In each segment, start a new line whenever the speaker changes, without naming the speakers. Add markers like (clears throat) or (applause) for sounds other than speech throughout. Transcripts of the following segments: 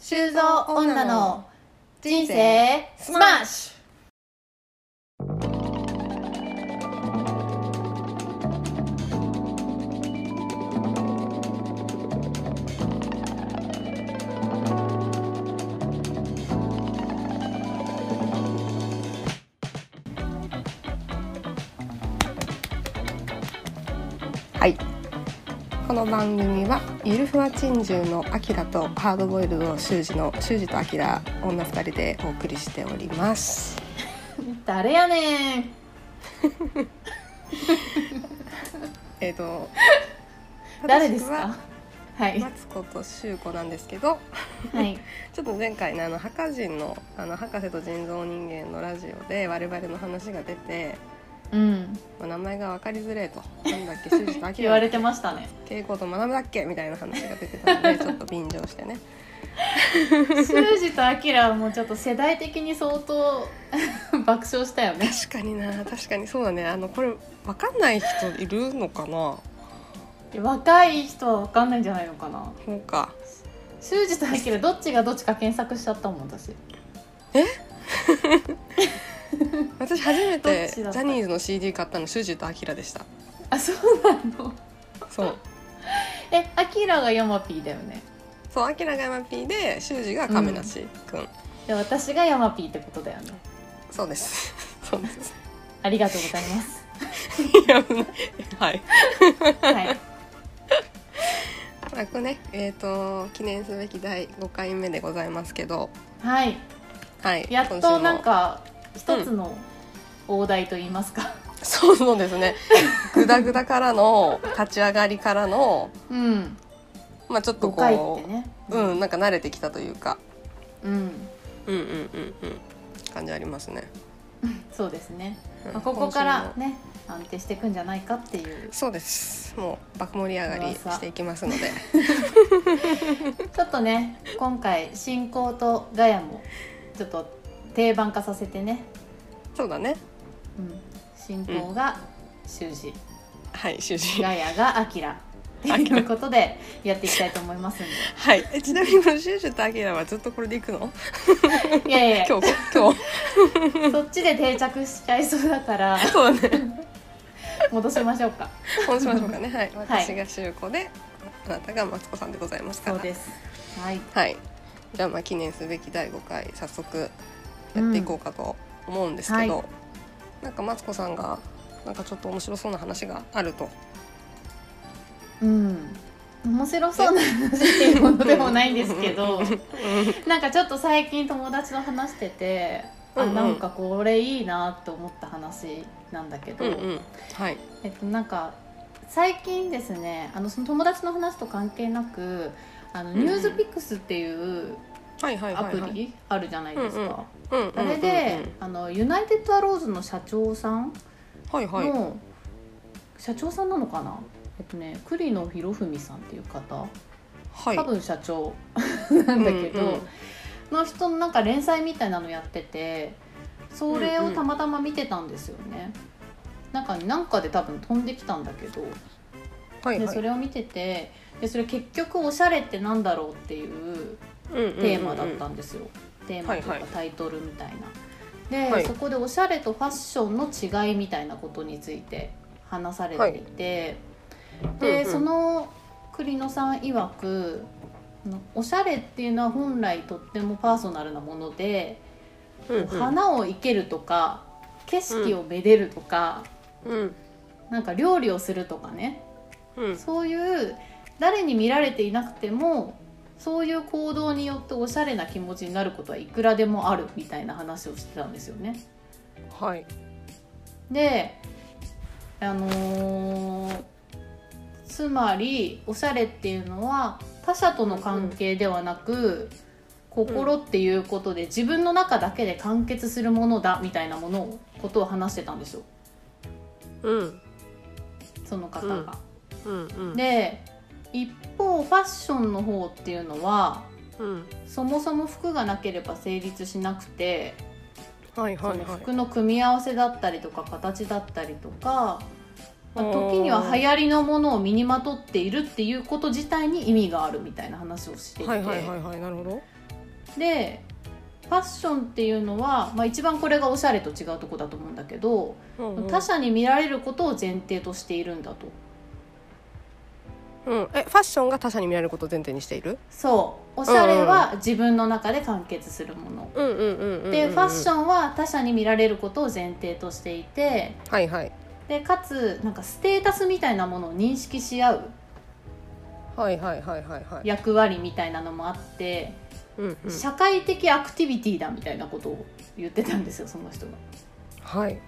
修造女の人生スマッシ
はい。この番組はゆるふわ珍獣のアキラとハードボイルド修二の修二とアキラ女二人でお送りしております。
ュ誰やねん
えっ、と
(laughs) 誰です
私
か
は
はい
マツコとシュウコなんですけど、
(laughs) はい
ちょっと前回ねあの博人のあの博士と人造人間のラジオで我々の話が出て、
うん
まあ、名前が分かりづれえとなんだっけ修二とアキ
言わ
ラ
れてましたね
稽古と学ぶだっけみたいな話が出てたの
(laughs)
でちょっと便乗してね。
修二とアキラはもうちょっと世代的に相当 (laughs) 爆笑したよね
確かにな確かにそうだねあのこれ分かんない人いるのかな
若い人は分かんないんじゃないのかな
そうか
修二とアキラどっちがどっちか検索しちゃったもん私
私初め
ど
て
っ
ジ
ちだった
ャニーズの CD 買ったの修二とアキラでした
あそうなの
そう
えアキラがヤマピーだよね
そうアキラが山 P で修二が亀梨くん、
で私がヤマピーってことだよね
そうです (laughs) そうです
ありがとうござい (laughs) ます
いやはい
はい
あこれねえっ、と記念すべき第5回目でございますけど
はい
はい
やっ
今週
と
も
なんか一つの大台と言いますか、
そうそうですねグダグダからの立ち上がりからの
うん、
まあちょっと
5回っ
こ
て
う、
ね
うんなんか慣れてきたというか
うん、
うんうんうんうん感じありますね、
そうですね、
うん
まあ、ここから
今週も
ね安定していくんじゃないかっていう
そうですもう爆盛り上がりしていきますの
(laughs)
で
ちょっとね今回進行とガヤもちょっと定番化させてね、
そうだね
うん、進行が修士、
はい主人
ガヤがアキラということでやっていきたいと思いますん
はいえちなみにこのシュシュとアキラはずっとこれでいくの
でいやいやい
(laughs) 今日今日 (laughs)
やそっちで定着しちゃいそうだから
そうだね
戻しましょうか
そうしましょうかねはい私がシュウコであなたがマツコさんでございますか
そ
ら
うですはい
はいじゃあまあ記念すべき第5回早速やっていこうかと思うんですけど、
うんは
なんかマツコさんがなんかちょっと面白そうな話があると
うん面白そうな話っていうものでもないんですけど
(laughs)
なんかちょっと最近友達と話しててあ
うんうん
なんかこれいいなと思った話なんだけど、
うんうんはい
えっとなんか最近ですねあのその友達の話と関係なくあの
んうん
ニュースピックスっていう
はいはいは
ア
い、はい、
プリあるじゃないですか、
うんうんうんうんうんうん
あれで、あのユナイテッドアローズの社長さん
はいはい
の、社長さんなのかなえっとね栗野博文さんっていう方
はい
多分社長 (laughs) なんだけど、
うんうん
の人のなんか連載みたいなのやっててそれをたまたま見てたんですよね。なんかなんかで多分飛んできたんだけど
はい
で
はい
それを見ててでそれ結局おしゃれってなんだろうっていうテーマだったんですよ、テーマと
はい
いうか
はい
タイトルみたいな。で、
はい
そこでおしゃれとファッションの違いみたいなことについて話されていて、で、
うんうん
その栗野さん曰くあのおしゃれっていうのは本来とってもパーソナルなもので、
うんうんうん
花を生けるとか景色をめでるとか、
うん
なんか料理をするとかね
うん
そういう誰に見られていなくてもそういう行動によっておしゃれな気持ちになることはいくらでもあるみたいな話をしてたんですよね。
はい
であのーつまりおしゃれっていうのは他者との関係ではなく、心っていうことで自分の中だけで完結するものだみたいなものをことを話してたんですよ
うん
その方が。
うんうんうん
で一方ファッションの方っていうのは
うん
そもそも服がなければ成立しなくて、
はいは
そ
い
の
はい
服の組み合わせだったりとか形だったりとか、まあ時には流行りのものを身にまとっているっていうこと自体に意味があるみたいな話をしていて、
はいはいはいはいなるほど
でファッションっていうのは、まあ、一番これがおしゃれと違うとこだと思うんだけど、
うんうん
他者に見られることを前提としているんだと
うん、えファッションが他者に見られることを前提にしている
そうおしゃれは自分の中で完結するもの、
うんうんうんうん
でファッシ
ョ
ョンは他者に見られることを前提としていて
ンはいはい
でかつなんかステータスみたいなものを認識し合う
はいはいはいはいはい
役割みたいなのもあって、
うんうん
社会的アクティビティだみたいなことを言ってたんですよその人が。
はい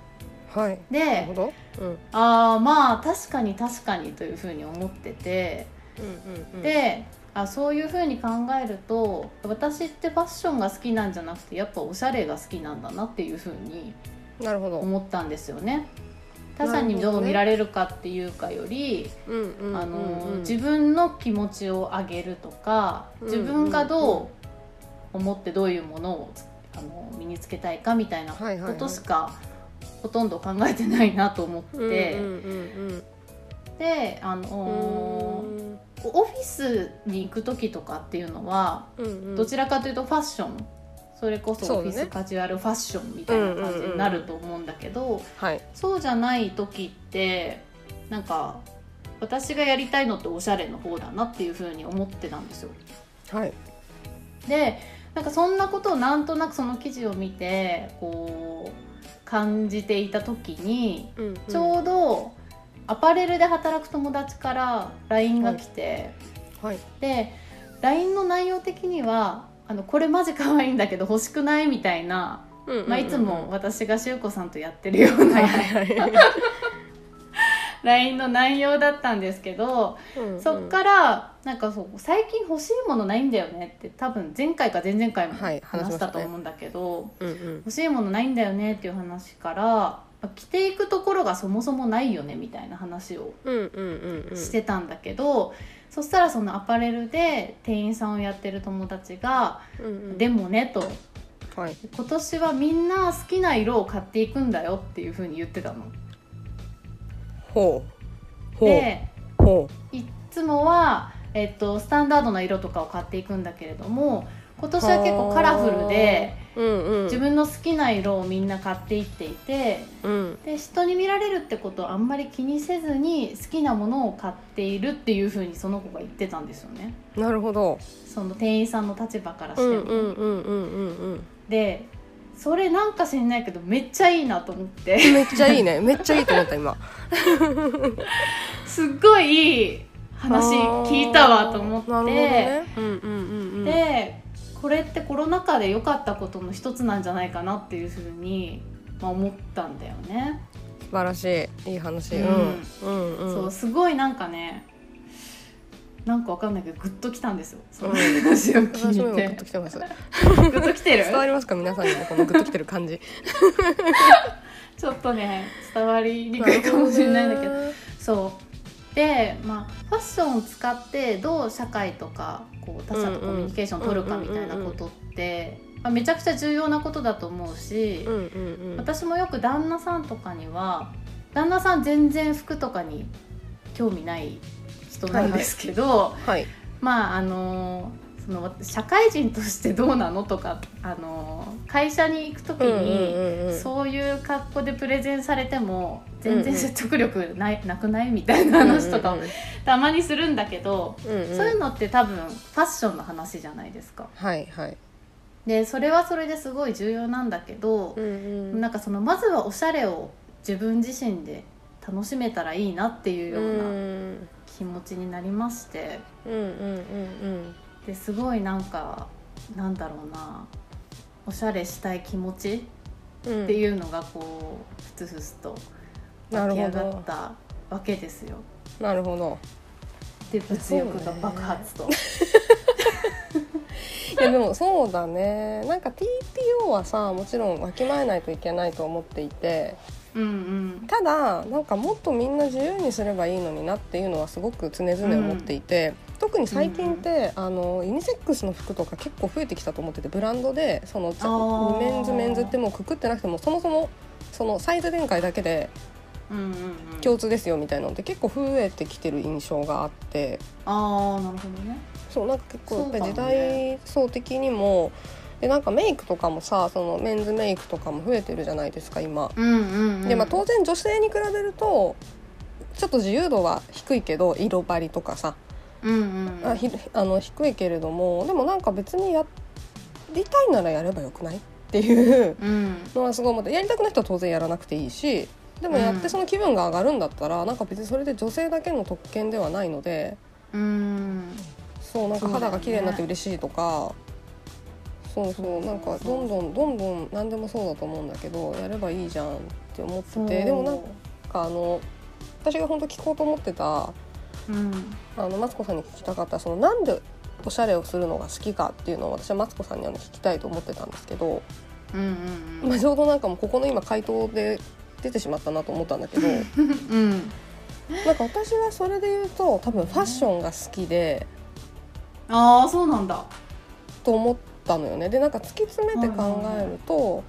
はいなるほ
で
どうんうん
ああまあ確かに確かにというふうに思ってて。
うんうん
であそういうふうに考えると私ってファッションが好きなんじゃなくてやっぱおしゃれが好きなんだなっていうふうに
なるほど
思ったんですよね。他者に
なる
ど
ほど
う
ね
見られるかっていうかより、
うんうんうんうん
あの自分の気持ちを上げるとか自分がどう思ってどういうものをあの身につけたいかみたいなこ
はいはいはい
としかほとんど考えてないなと思って、
うんうんうん
であ
うん
のオフィスに行く時とかっていうのは
うんうん
どちらかというとファッションそれこそオフィ
そう
ス
ね
カジュアルファッションみたいな感じになると思うんだけど
はい
そうじゃない時ってなんか私がやりたいのっておしゃれの方だなっていうふうに思ってたんですよ。
はい
でなんかそんなことをなんとなくその記事を見てこう感じていた時に
うんうん
ちょうどアパレルで働く友達から LINE が来て。
はい
で LINE の内容的にはあのこれマジ可愛いんだけど欲しくないみたいな、
うんうんうん
まあ、いつも私がしゅうこさんとやってるよう
は
ない
はいはい
LINE の内容だったんですけど
うんうん
(laughs) そっからなんかそう最近欲しいものないんだよねって多分前回か前々回も
はい
話
話しま
し
した
た
ね
と思うんだけど、
うんうん
欲しいものないんだよねっていう話からまあ着ていくところがそもそもないよねみたいな話を
うんうんうんうん
してたんだけど、そしたらそのアパレルで店員さんをやってる友達が
うんうん
でもねと
はい
今年はみんな好きな色を買っていくんだよっていう風に言ってたの。
ほうほう
で
ほ
いっつもは、えっと、スタンダードな色とかを買っていくんだけれども今年は結構カラフルで
ううんうん
自分の好きな色をみんな買っていっていて
うん
で人に見られるってことをあんまり気にせずに好きなものを買っているっていう風にその子が言ってたんですよね。
なるほど
その店員さんの立場からして
う
も、
んうんうんうんうんうん
でそれなんか知んないけどめっちゃいいなと思って。 (laughs)
めっちゃいいねめっちゃいいと思った今
すっごいいい話聞いたわと思って、
なるほどねうんうんうんうん
でこれってコロナ禍で良かったことの一つなんじゃないかなっていうふうに、まあ、思ったんだよね、
素晴らしいいい話う
うんん
うんうん
そう
そ
すごいなんかねなんかわかんないけどグッときたんですよその話を聞
私も今
い
グッ
て
ときてます
グッときてる
伝わりますか皆さんにもこのグッときてる感じ
ちょっとね伝わりにくいかもしれないんだけど
る
そうで、まあ、ファッションを使ってどう社会とかこう他者とコミュニケーションを取るかみたいなことって、まあ、めちゃくちゃ重要なことだと思うし、
ほどね (laughs) うんうんうん
私もよく旦那さんとかには旦那さん全然服とかに興味ない人なんですけど、
はい
まああのその社会人としてどうなのとかあの会社に行く時に。
うんうん
そういう格好でプレゼンされても全然説得力ない、なくないみたいな話とか
う
を
んうん
たまにするんだけど、
うんうん
そういうのって多分ファッションの話じゃないですか。
はいはい
でそれはそれですごい重要なんだけど、
うん
なんかそのまずはおしゃれを自分自身で楽しめたらいいなっていう
うん
ような
うん
気持ちになりまして
うんうん
ですごいなんかなんだろうなおしゃれしたい気持ち
うんうん
っていうのがこうふつふつと
な
湧
る
き
ほ
上がっ
ど
たわけですよ。
なるほど
で物欲が爆発と。
いやでもそうだねなんか TPO はさもちろんわきまえないといけないと思っていて
うんうん
ただなんかもっとみんな自由にすればいいのになっていうのはすごく常々思っていて、特に最近って、あのユニセックスの服とか結構増えてきたと思っててブランドでそのちょ
あー
メンズメンズってもうくくってなくてもそもそもそのサイズ展開だけで
うんうんうん
共通ですよみたいなのって結構増えてきてる印象があって
ああなるほどね。
そうなんか結構やっぱ
そ
り
う
時
かも
代
ね
層的にもでなんかメイクとかもさそのメンズメイクとかも増えてるじゃないですか今。
うんうんうん
でまあ当然女性に比べるとちょっと自由度は低いけど色張りとかさ
うんうん
あひあの低いけれどもでもなんか別にやりたいならやればよくないっていう
うん
のはすごい思ってやりたくない人は当然やらなくていいしでもやっ
う
て
ん
その気分が上がるんだったら、なんか別にそれで女性だけの特権ではないので
うん
そうなんか
そうだよね
肌が綺麗になって嬉しいとかそう,、そうなんかどんどんどんどん何でもそうだと思うんだけどやればいいじゃんって思っててでもなんかあの私が本当聞こうと思ってた
うん
あのマツコさんに聞きたかったそのなんでおしゃれをするのが好きかっていうのを私はマツコさんにあの聞きたいと思ってたんですけど、
うんうん
まあ、ちょうどなんかもうここの今回答で出てしまったなと思ったんだけど
うんうん
なんか私はそれで言うと多分ファッションが好きで
ああそうなんだ
と思ったのよねでなんか突き詰めて考えると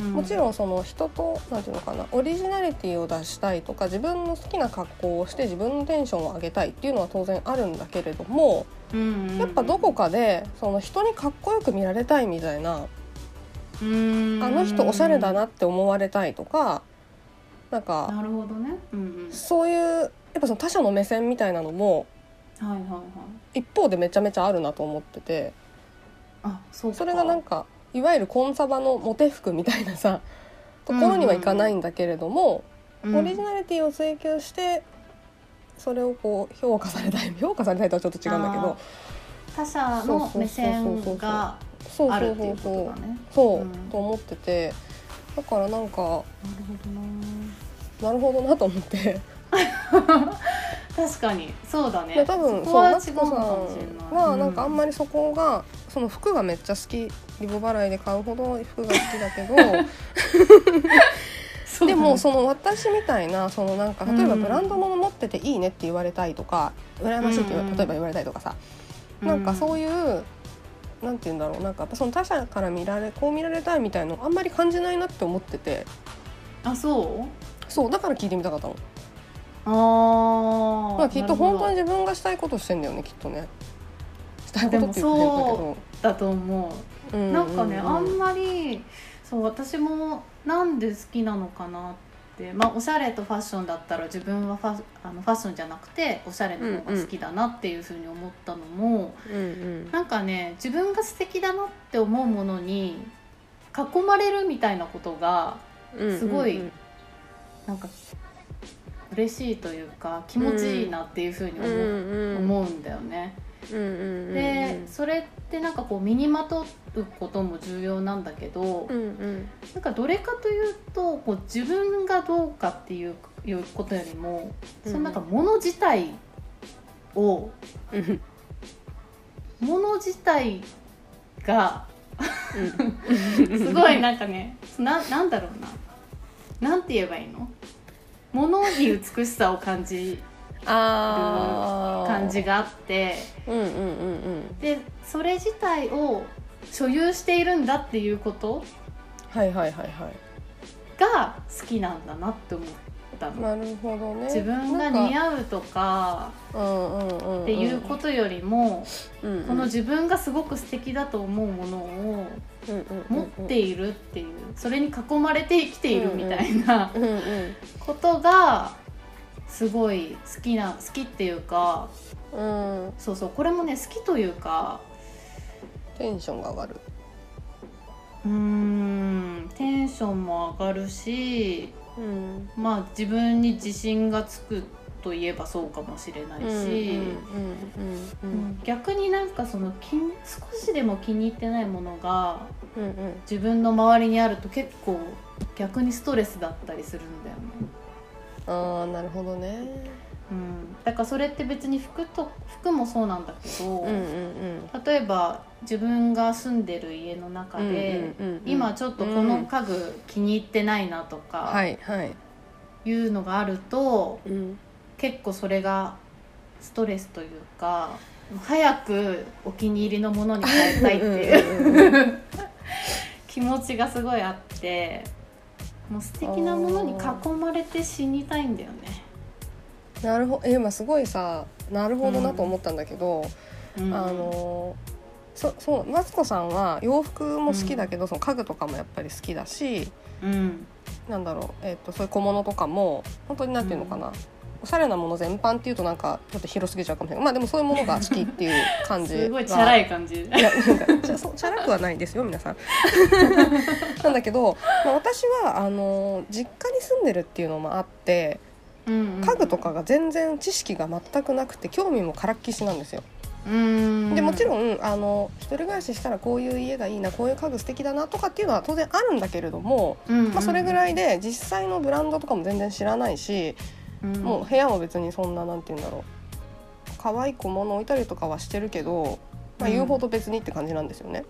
もちろんその人と何て言うのかなオリジナリティを出したいとか自分の好きな格好をして自分のテンションを上げたいっていうのは当然あるんだけれども、
ん
やっぱどこかでその人にかっこよく見られたいみたいな
あの
あの人おしゃれだなって思われたいとかなんか
なるほどねうん
そういうやっぱその他者の目線みたいなのも
うんはいはいはい
一方でめちゃめちゃあるなと思ってて
あそうか
それがなんかいわゆるコンサバのモテ服みたいなさところにはいかないんだけれども
うん
オリジナリティを追求してそれをこう評価されたい評価されたいとはちょっと違うんだけど
あー他者の目線が
そう
あ
そ
る
う
ってい
そう
う
そう
ことだね
そう、
うん
と思っててだからなんか
なるほどな
なるほどなと思って
確かにそうだね
で多
そ
分そ
こ
う
は
マ
違
ツ
う
コ
か
さん
もしれない
はなんかあんまりそこがその服がめっちゃ好きリボ払いで買うほど服が好きだけ
(laughs)
ど
り
でもその私みたいなそのなんか例えばブランド物持ってていいねって言われたいとか羨ましいって言わ
うん
例えば言われたいとかさなんかそう
い
いう。なんて言うんだろうなんかやっぱその他者から見られこう見られたいみたいのあんまり感じないなって思ってて
うんあそう
そうだから聞いてみたかったの
あ
まあ、
あ
きっと本当に自分がしたいことしてんだよねきっとねしたいこ
で
とっ
も
て言ってんだけ
だと思う
どう
なんかね、
う
あんまりそう私もなんで好きなのかなって、まあ、おしゃれとファッションだったら自分はファあのファッションじゃなくておしゃれの方が好きだなっていうふうに思ったのも、
うんうん
なんかね自分が素敵だなって思うものに囲まれるみたいなことが
うんうん
すごい
うん
なんか嬉しいというか気持ちいいなっていうふうに
う
思,、うん思うんだよね。
うんうんうん
でそれってなんかこう身にまとうことも重要なんだけど、
うんうん
なんかどれかというとこう自分がどうかっていういうことよりも、
うん
そのなんか物自体を
うん
物自体
(laughs)
が
うん
すごいなんかねななんだろうななんて言えばいいの物に美しさを感じ
あー
感じがあって
うんうんうんうん
でそれ自体を所有しているんだっていうこと
はいはいはいは
が好きなんだなって思った
い
の。
なるほどね
自分が似
合
合うとか
うん
っていうことよりも、
と、うんうん、
この自分がすごく素敵だと思うものを
うんうんうんうん
持っているっていうそれに囲まれて生きているみたいな
うんうん
ことがすごい好きな好きっていうか
うん
そうそうこれもね好きというか
テンションが上がる
うーんテンションも上がるし
うん
まあ自分に自信がつくといえばそうかもしれないし。
うんうんうんうん
逆になんかその気に少しでも気に入ってないものが
うんうん
自分の周りにあると結構逆にストレスだったりするんだよね、
ああなるほどね。
うん、だからそれって別に服と服もそうなんだけど、
うんうん
例えば自分が住んでる家の中
うん。
で、
うんうんうん
今ちょっとこの家具気に入ってないなと
は
か
いはい。
いうのがあると、
うん
結構それがストレスというか早くお気に入りのものに変えたいっていう
うん
(laughs) 気持ちがすごいあってもう素敵なものに囲まれて死にたいんだよね
なるほど。え今すごいさなるほどなと思ったんだけど、
うん
あのそそうマツコさんは洋服も好きだけど、その家具とかもやっぱり好きだし
うん
なんだろう、えっとそういう小物とかも本当になんていうのかな、おしゃれなもの全般っていうとなんかちょっと広すぎちゃうかもしれないまあでもそういうものが好きっていう感じは
(laughs) すごいチャラい感じ
いやなんかじゃそう (laughs) チャラくはないですよ皆さん。 (laughs) なんだけど、まあ、私はあの実家に住んでるっていうのもあって家
家
具とかが全然知識が全くなくて興味もからっきしなんですよ。
うん
でもちろ
ん
んあの一人暮らししたらこういう家がいいなこういう家具素敵だなとかっていうのは当然あるんだけれども、まあ、それぐ
い
らいで実際のブランドとかも全然知らないし、もう部屋も別にそんななんて言うんだろう可愛い小物置いたりとかはしてるけど、まあ、言うほど別にって感じなんですよね。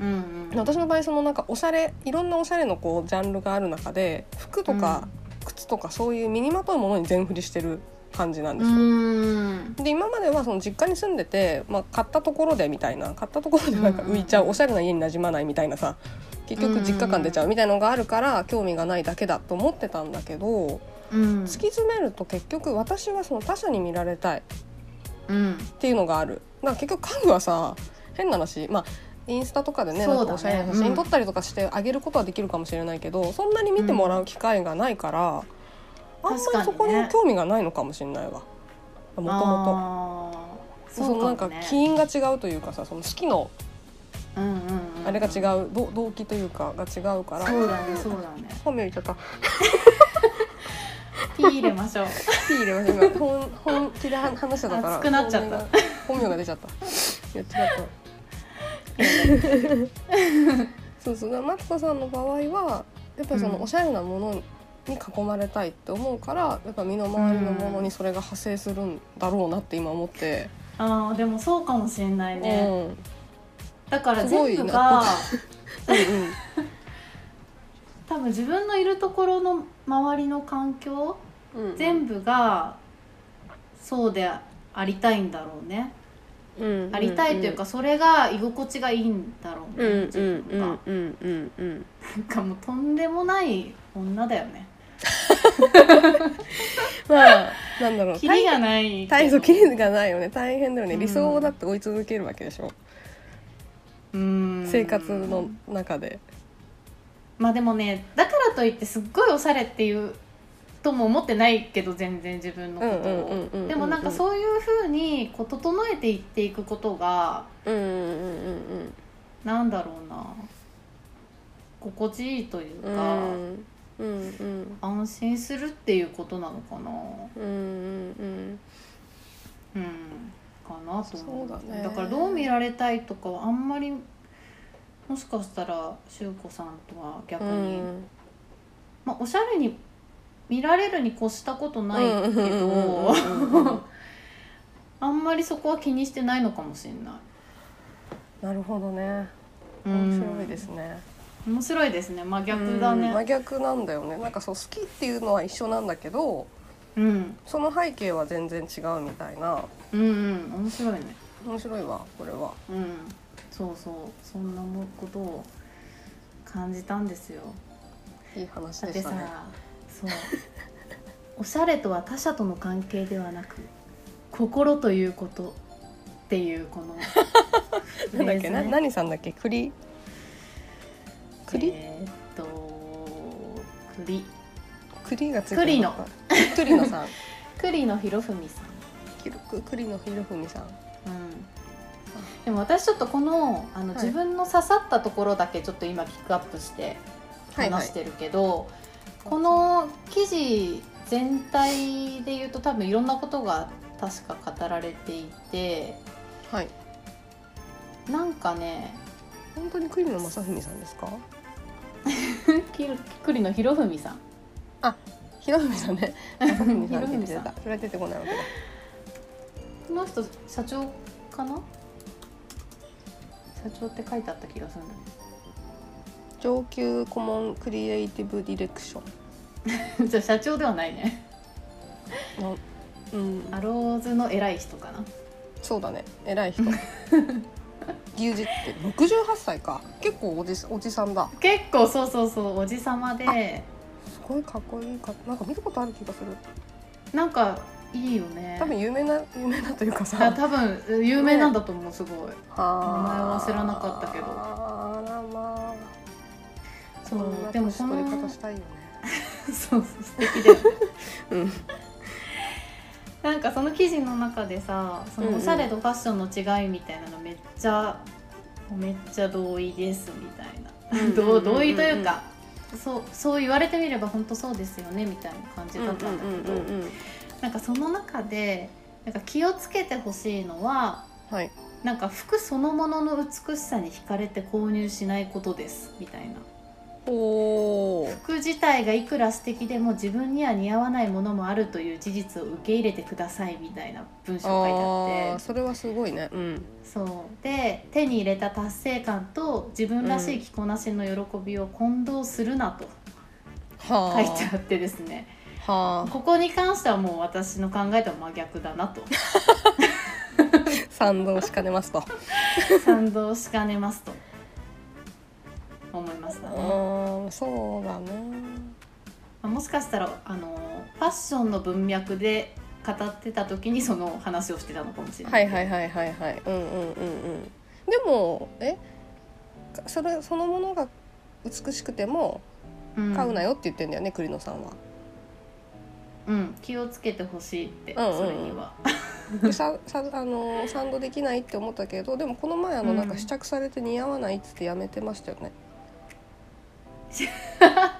うんうん
私の場合そのなんかおしゃれいろんなおしゃれのこうジャンルがある中で服とか靴とかそういう身にまとうものに全振りしてる感じなんで
う
すよ。
ん
で今まではその実家に住んでて、まあ、買ったところでみたいな買ったところでなんか浮いちゃうおしゃれな家になじまないみたいなさ結局実家感出ちゃうみたいなのがあるから興味がないだけだと思ってたんだけど
うん
突き詰めると結局私はその他者に見られたい
うん
っていうのがあるだから結局家具はさ変な話まあインスタとかでね
そうだね
なんかおしゃれな写真撮ったりとかしてあげることはできるかもしれないけど、そんなに見てもらう機会がないから、あん
確か
まり
にね
そこに興味がないのかもしれないわもとも
も
とそのなんか起因が違うというかさその好きのあれが違う、ど動機というかが違うから
そうだねそうだね
本名言っちゃった
ピー入れましょう
ピー入れました今本本気で話してたから
熱くなっちゃった
本名が本名が出ちゃった言っちゃった
(laughs)
そうそうだからマツコさんの場合はやっぱりその
うん
おしゃれなものに囲まれたいって思うからやっぱ身の回りのものにそれが派生するんだろうなって今思って、
ああでもそうかもしれない
うん
ね
うん
だから
すごい
全部
納
が
うん
多分自分のいるところの周りの環境
うん
全部がそうでありたいんだろうね
うん
ありたいというかそれが居心地がいいんだろうね
うんうん
自
う
分
ん
が
うんうんうん
なんかもうとんでもない女だよね
まあなんだろう
キリがない
大
け
変
ど
キリがないよね大変だよね、
うん
理想だって追い続けるわけでしょ
うん
生活の中で
まあでもねだからといってすっごいおしゃれっていうとも思ってないけど全然自分のこと
うんうんうんうんうんう
を
ん
でもなんかそういうふうにこう整えていっていくことが
うんうんうん
なんだろうな心地いいという
うん
か、
うんうん
安心するっていうことなのかな
うんうんうん
うんかなと思う
そうだね
からどう見られたいとかはあんまりもしかしたら修子さんとは逆
う
に、
ん
まあ、おしゃれに見られるに越したことないけ
うん
ど
うんうんうんうん
(laughs) あんまりそこは気にしてないのかもしれない
なるほどね
うん
面白いですね
面白いですね真逆だ
うん真
ね
逆なんだよねなんかそう好きっていうのは一緒なんだけど
うん、
その背景は全然違うみたいな
うんうん面白いね
面白いわこれは
うんそうそうそんなもことを感じたんですよ
いい話
だっ
で
て
し
さ
たね
そう (laughs) おしゃれとは他者との関係ではなく心ということっていうこのフ
(laughs) なんだ
レ
っ
ーズ
け
ね
な何さんだっけ栗栗
えーっと栗
栗がついて
栗
な
の
かった栗のさん
栗野博文さん、
きるく栗のひろふみさん。
うん、でも私ちょっとこのあの、
はい
自分の刺さったところだけちょっと今ピックアップして話してるけど、この記事全体で言うと多分いろんなことが確か語られていて
はい。
なんかね
本当に栗野正文さんですか？
栗野博文さん
ひろふみさんね。正文さんっ
ひろ
て
ふ
言っ
み
て
さん
た。それは出てこないわけだ。
この人社長かな社長って書いてあった気がするんだけど
上級顧問クリエイティブディレクショ
(laughs) じゃあ社長ではないね
ンの。うん。
アローズの偉い人かな
そうだね。偉い (laughs) 人。牛耳って六十八歳か。結構おじおじさんだ。
結構そうそうそうおじさまで
すごいかっこいいか。なんか見たことある気がする。
なんかいいよね
多分有名な有名なというか
(laughs)
さ
あ多分有名なんだと思うすごい
あー
名前は知らなかったけど
あらまあ
そ
ん
う
な
でも
年
この
取り方したいよね
(laughs) そうそう素敵だよね
うん
なんかその記事の中でさそ
うんう
の
ん
おしゃれとファッションの違いみたいなのめっちゃ、めっちゃ同意ですみたいな、
うんう
(laughs)
ん
ど
うんう
うん同意というか、そうそう言われてみれば本当そうですよねみたいな感じだったんだけど、
うんうん
なんかその中でなんか気をつけてほしいのは
はい
なんか服そのものの美しさに惹かれて購入しないことですみたいな
おー
服自体がいくら素敵でも自分には似合わないものもあるという事実を受け入れてくださいみたいな文章が書いてあって
あーそれはすごいねうん
そうで手に入れた達成感と自分らしい着こなしの喜びを混同するなと
は
書
あ
いてあってですね、
はあ
ここに関してはもう私の考えとは真逆だなと (laughs)
賛同しかねますと
賛同しかねますと思いましたね。
うんそうだね
まあもしかしたらあのファッションの文脈で語ってた時にその話をしてたのかもしれな。
はいいはいはいはいはいうんうんうんうんでもえそれそのものが美しくても
うん
買うなよって言ってんだよね、栗野
(laughs)
さんは
うん、気をつけてほしいって、
うんうんうん
それには。
でささあの賛同できないって思ったけどでもこの前あの
うん
なんか試着されて似合わないっつってやめてましたよね、
(laughs)
だか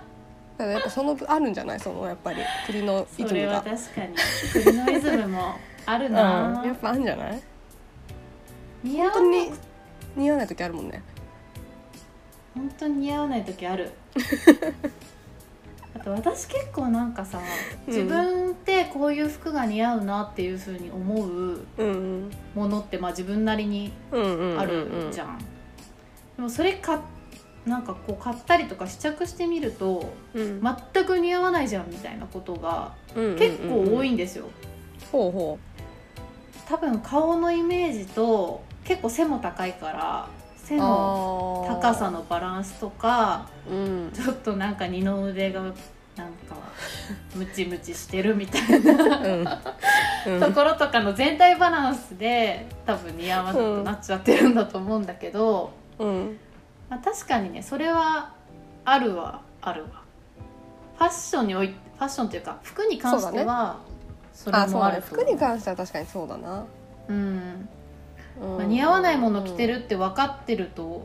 らやっぱそのあるんじゃないそのやっぱり栗のイズ
そ
ム
れは
が、
確かに国のイズムもある
うん、
な、
やっぱあるんじゃない
似合わ
本当に似合わない時あるもんね
本当に似合わない時ある
(laughs)
あと私結構なんかさ
うん
自分ってこういう服が似合うなっていうふうに思う
うんうん
ものってまあ自分なりに
うんうん
あるじゃん,、でもそれかなんかこう買ったりとか試着してみると
うん
全く似合わないじゃんみたいなことが
うん
結構多い
い
んですよ、
ほうほ
多分顔のイメージと結構背も高いから背
う
の
あー
高さのバランスとか (laughs)
うん
ちょっとなんか二の腕がなんかムチムチしてるみたいな
うんうん
ところとかの全体バランスで多分似合わなくなっちゃってるんだと思うんだけど、
うん
まあ、確かにねそれはあるはあるわファッションにおいファッションというか服に関してはそれ
あそう
もあ
だね
ると思
服
う
に関しては確かにそうだな、
うん
うん
まあ、似合わないもの着てるって分かってると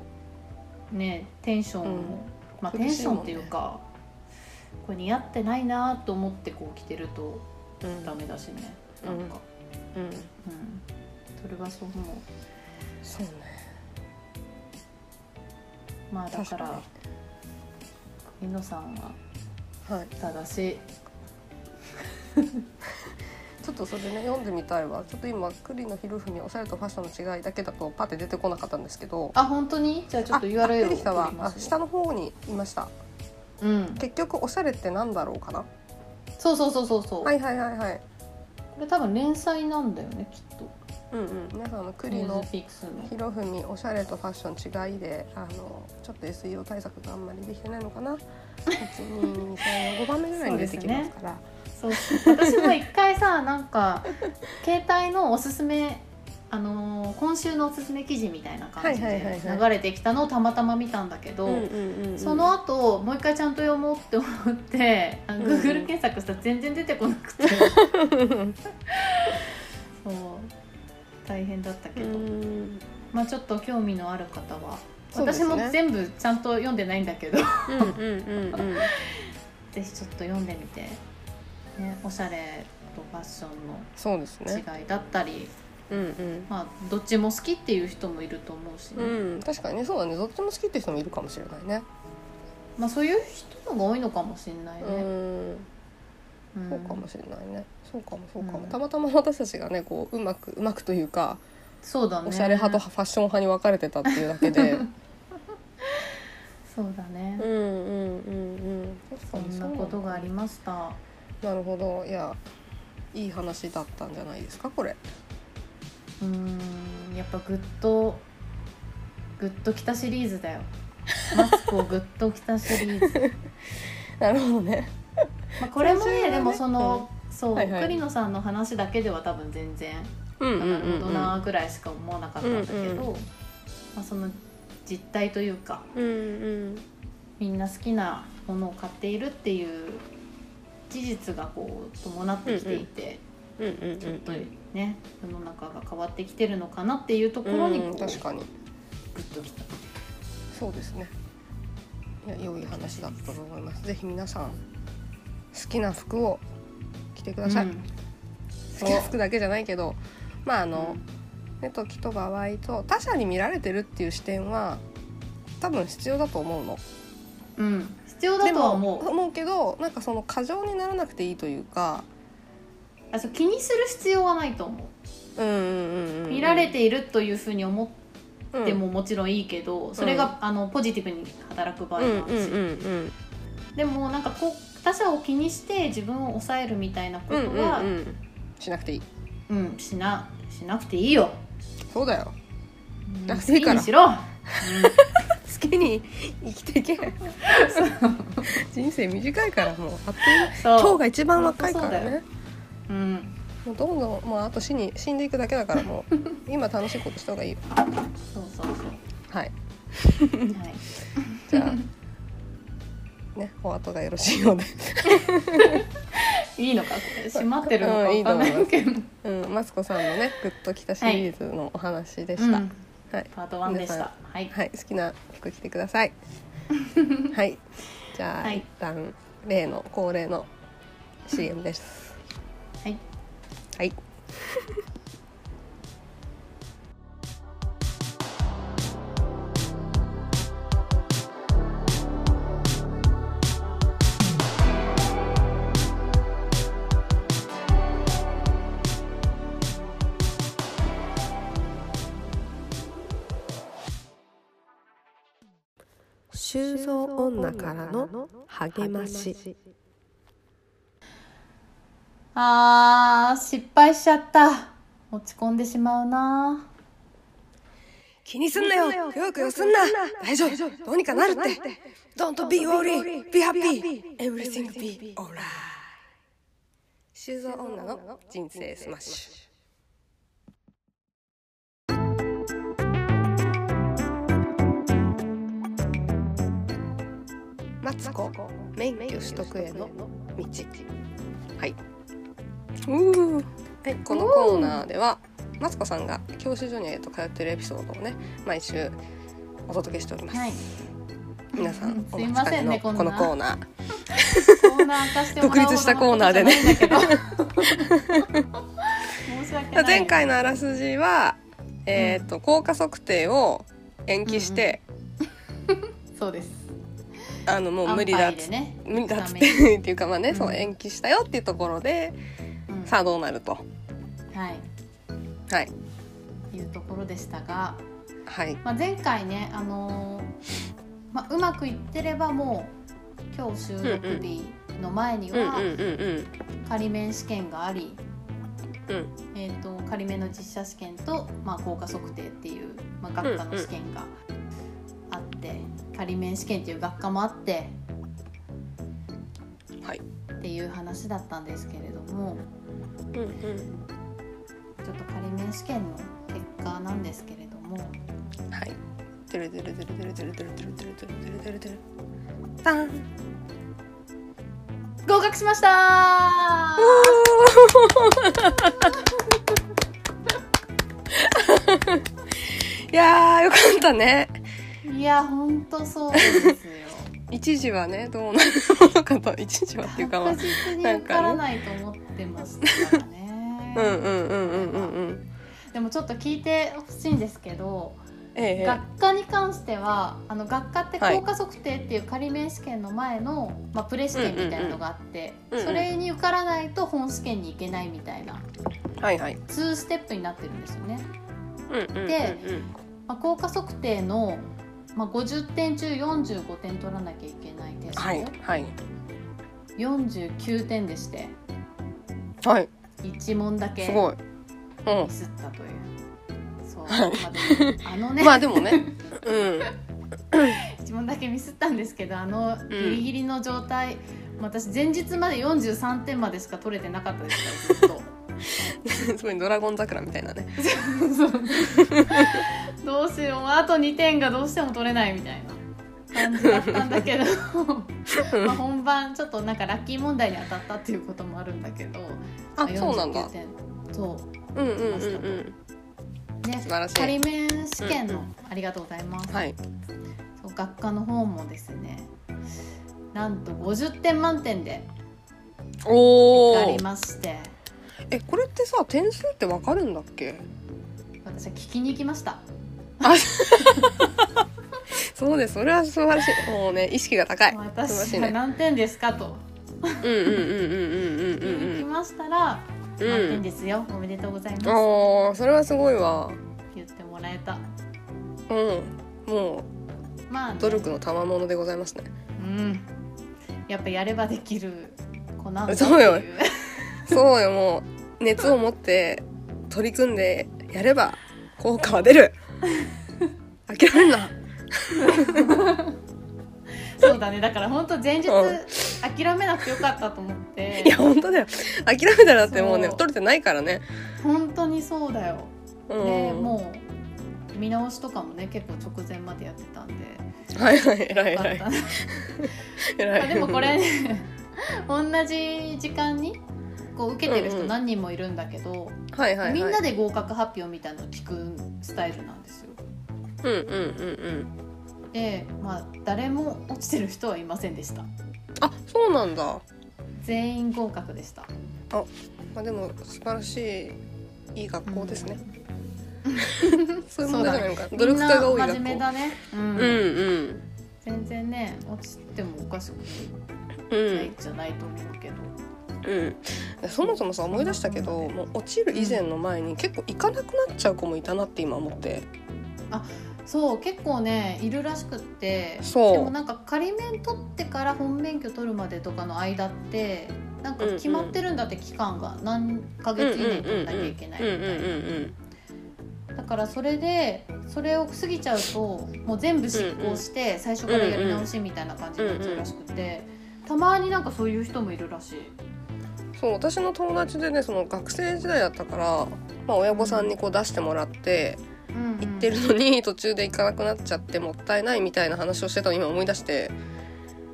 ねテンションも、まあ、テンションっていうか、これ似合ってないなと思ってこう着てると
うん
ダメだしね
う
なんんか、
うん
うんそれはそう思
そうね
うまあだか
確
ら
か
国野さんは
はい
正しい
ちょっとそれね読んでみたいわちょっと今栗野博文おしゃれとファッションの違いだけだとパッて出てこなかったんですけど
あ本当にじゃあちょっと
あ
URL
出てきたわ
送り
あ
ます
下の方にいました
うん、
結局おしゃれってなんだろうかな
そうそうそうそうそう、
はいはいはいはい
これ多分連載なんだよねきっと
うんうん皆さんの
クリ
栗
ー
野
ズピックスの
博文おしゃれとファッション違いであのちょっと SEO 対策があんまりできてないのかな12345番目ぐらいに出てきますから
そう私も一回さ (laughs) なんか携帯のおすすめあのー今週のおすすめ記事みたいな感じ
はいはいはい
で
はい
流れてきたのをたまたま見たんだけど、その後もう一回ちゃんと読もうって思ってあの
うんうん
Google 検索したら全然出てこなくて、
(laughs)
そう大変だったけ
う
ど、
ん
まあちょっと興味のある方は、
そうで
私
すね
も全部ちゃんと読んでないんだけど (laughs)
うんうんうんうん
ぜひちょっと読んでみて、ね、おしゃれとファッションの
そうですね
違いだったり、
うんうん
まあどっちも好きっていう人もいると思うしね、
うん、確かにねそうだねどっちも好きって人もいるかもしれないね
まあそういう人のが多いのかもしれないね、
うん
ん
そうかもしれないねそうかもそうかも、
うん
たまたま私たちがねこううまくうまくというか
そうだね
おしゃれ派とファッション派に分かれてたっていうだけで
そうだね
うん、うんうんうん確
そ
かに
んな
う
ことがあり
ま
ました
すなるほどいやいい話だったんじゃないですかこれ
うーんやっぱグッとグッときたシリーズだ
(laughs)
よマスクをグッときたシリーズ
なるほどね
まあこれも
先
ね
週はね
でもその、そう、
はいはい
栗野さんの話だけでは多分全然
うんうん
なる
う
ほど
ん
なぐらいしか思わなかったんだけど、
うんうん
まあ、その実態というか
うんうん
みんな好きなものを買っているっていう事実がこう伴ってきていて、
うんうんうん
ちょっとね世の中が変わってきてるのかなっていうところにこ
う
うんグ
確
ッ
かに
ときた。
そうですねいや良い話だったと思いますぜひ皆さん好きな服を着てください、
うん
好きな服だけじゃないけどまああの、
うん
ね、時と場合と他者に見られてるっていう視点は多分必要だと思うの。
うん、必要だとは思
で
う
も思うけどなんかその過剰にならなくていいというか、
あそう気にする必要はないと思
うんうんうんう
う、
ん、
見られているというふうに思っ
うん
てももちろんいいけど、それがあのポジティブに働く場合もあるし、
うんうんうんうん
でもなんかこう他者を気にして自分を抑えるみたいなこ
うん
と
う
は、
ん
う
うんんしなくていい
しなしなくていいよ、
そうだよ
うん、
だ
好
っ
き
ていいから
にしろ、うん
好きに生きていけ (laughs) 人生短いからもうあっという間 (laughs)
そ
今
う
日、が一番若いか
本当
ら
そうだ
ね
うん、
もうどんどんもうあと死に死んでいくだけだか
(laughs)
らもう今楽しいことした方がいいよ
そうそうそ
はい。
う、はい、
じゃ
(laughs)
あね、お後がよろしいようで、
いいのかこれ閉まってるのかわかんないけど、
うん、マツコさんのね、グッときたシリーズのお話でした。
うん
はい、はい、
パート1でしたはい、
好きな服着てく
(laughs)
ださい。はい、じゃあ、
はい
一旦例の恒例の CM です。
はい
はい。
修造女からの励まし
あー失敗しちゃった落ち込んでしまうな
気にすんなよ。くよくよすんな。大丈夫。どうにかなるって。Don't be worried. Be happy. Everything be alright. 修造女の人生スマッシュ。マツコ免許取得への道はいはい、このコーナーではマツコさんが教習所にえっと通ってるエピソードをね毎週お届けしております、
はい
皆さん
すいませんね
お待ちかねのこの
こ
コーナー
コーナー化してもらうほどの
(laughs) 独立したコーナーでね
ことじゃないんだけど申し訳ない
(laughs) 前回のあらすじは、えっと効果測定を延期して、
そうです
あのもう無理だっ
安牌
つ
でね
無理だっつ
ダ
っ
メ
てっていうかまあね、そう延期したよっていうところで
うん
さあどうなると
はい
はい
いうところでしたが、
はい
まあ、前回ね、あのーまあ、うまくいってればもう今日収録日の前に
うんうんうん
は仮免試験があり、
うんうん
えー、と仮免の実写試験と、まあ、効果測定っていう、まあ、学科の試験があって、仮免試験っていう学科もあって
はい
っていう話だったんですけれども
うんう
ちょ
ん
っと仮免試験の結果なんですけれども
はい。てるてるてるてるてるてるてるてるてるてるてるてる。たん。
合格しましたー
(laughs) いやーよかったね。 (laughs)
いやほんとそうですよ
一時はねどうなるものかと一時はっていうかまあ
確。実に受からないと思ってましたからね
うんうんうんうんうん (laughs) うん。
でもちょっと聞いてほしいんですけど
ええ。
学科に関してはあの学科って
はい
効果測定っていう仮免試験の前の、まあ、プレ試験みたいなのがあって、
うんうんうん
それに受からないと本試験に行けないみたいな
はいはい。
2ステップになってるんですよね。
うんうんうんうん。
でまあ、効果測定の、まあ、50点中45点取らなきゃいけないテスト、
はいはい
49点でして
はい。
1問だけ
すごい。
ミスったという。そう
はい
まあでもあの
う
ね、
ん。まあでもね。うん。 (laughs)
一問だけミスったんですけどあの
ん
ギリギリの状態、私前日まで43点までしか取れてなかったですからずっと
(laughs) すごいドラゴン桜みたいなね
そうどうしようあと2点がどうしても取れないみたいな感じだったんだ
(laughs)
けどまあ本番ちょっとなんかラッキー問題に当たったっていうこともあるんだけどま
あそうなんだ
49点そう
うんうんうんうん
ね
素晴らしい
仮面試験の、
うんう
ありがとうございます、
はい
そう学科の方もですねなんと50点満点で
お
あ
お
りまして
えこれってさ点数ってわかるんだっけ
私は聞きに行きました
そうですそれは素晴らしいもうね意識が高い素晴らし
私
い
は
ね
何点ですかと
うんうんうんうんうんう
聞きに行き
ん
ましたら
うん
満
う
点
ん
ですよおめでとうございますって
ああそれはすごいわ
言ってもらえた
うんも
まあ
う努力の賜物でございますね
うんやっぱやればできる子なんだってい
そうよそうよもう熱を持って取り組んでやれば効果は出る諦めんな
(laughs) そうだねだから本当前日
うん
諦めなくてよかったと思って
いや本当だよ諦めたらだってもうね
そう
取れてないからね
本当にそうだよ
うん
でもう見直しとかもね結構直前までやってたんで
はいはい偉い
よか
偉
っ
い
たな
偉
まあ
い
でもこれね同じ時間にこう受けてる
うん
人
うん
何人もいるんだけど、
はいはいはい
みんなで合格発表みたいなの聞くスタイルなんですよ
うんうんうんうん
でまあ誰も落ちてる人はいませんでした
あそうなんだ、ま
全員合格でした
あ、でも素晴らしいいい学校ですね、そういう
そ
も
うん
じ
だ
ゃ
ね
ないのか、努
みん
力家
な
が多い
真
学
面目
校
だね、う
うんんうん
全然ね落ちてもおかしく
う
ない
ん
じゃないと思うけど、
うん、そもそもさ思い出したけどもう落ちる以前の前に結構行かなくなっちゃう子もいたなって今思って
そう結構ねいるらしくって
そう
でもなんか仮免取ってから本免許取るまでとかの間ってなんか決まってるんだって期間が何ヶ月以内に取んなきゃいけないみたいなだからそれでそれを過ぎちゃうともう全部執行して最初からやり直しみたいな感じになっちゃうらしくてたまになんかそういう人もいるらしい。
そう私の友達でねその学生時代だったから、まあ、親御さんにこう出してもらって
うん
行ってるのに途中で行かなくなっちゃってもったいないみたいな話をしてたの今思い出して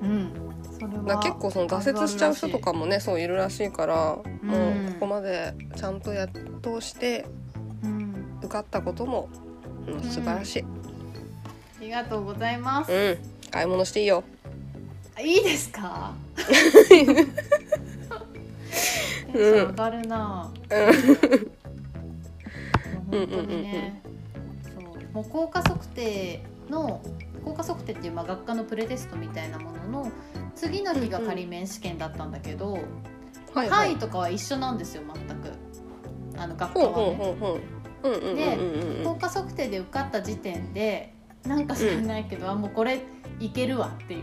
うん、それ
だ
は
から結構その挫折しちゃう人とかもねそういるらしいから、
うん
もうここまでちゃんとやっとして
うん、
受かったことも、うん、素晴らしい、
ありがとうございます
う。ん、買い物していいよ
いいです
(laughs)
か。テンション上がるな。
うん
本当にね。そう、もう効果測定の。効果測定っていう、まあ、学科のプレテストみたいなものの。次の日が仮面試験だったんだけど。
はい
範囲とかは一緒なんですよ、全く。あの学科
ほう
はね。
ほうほうほううんうん
で
うんうんうん
効果測定で受かった時点で。なんか知らないけど、あ、もうこれ。いけるわっていう。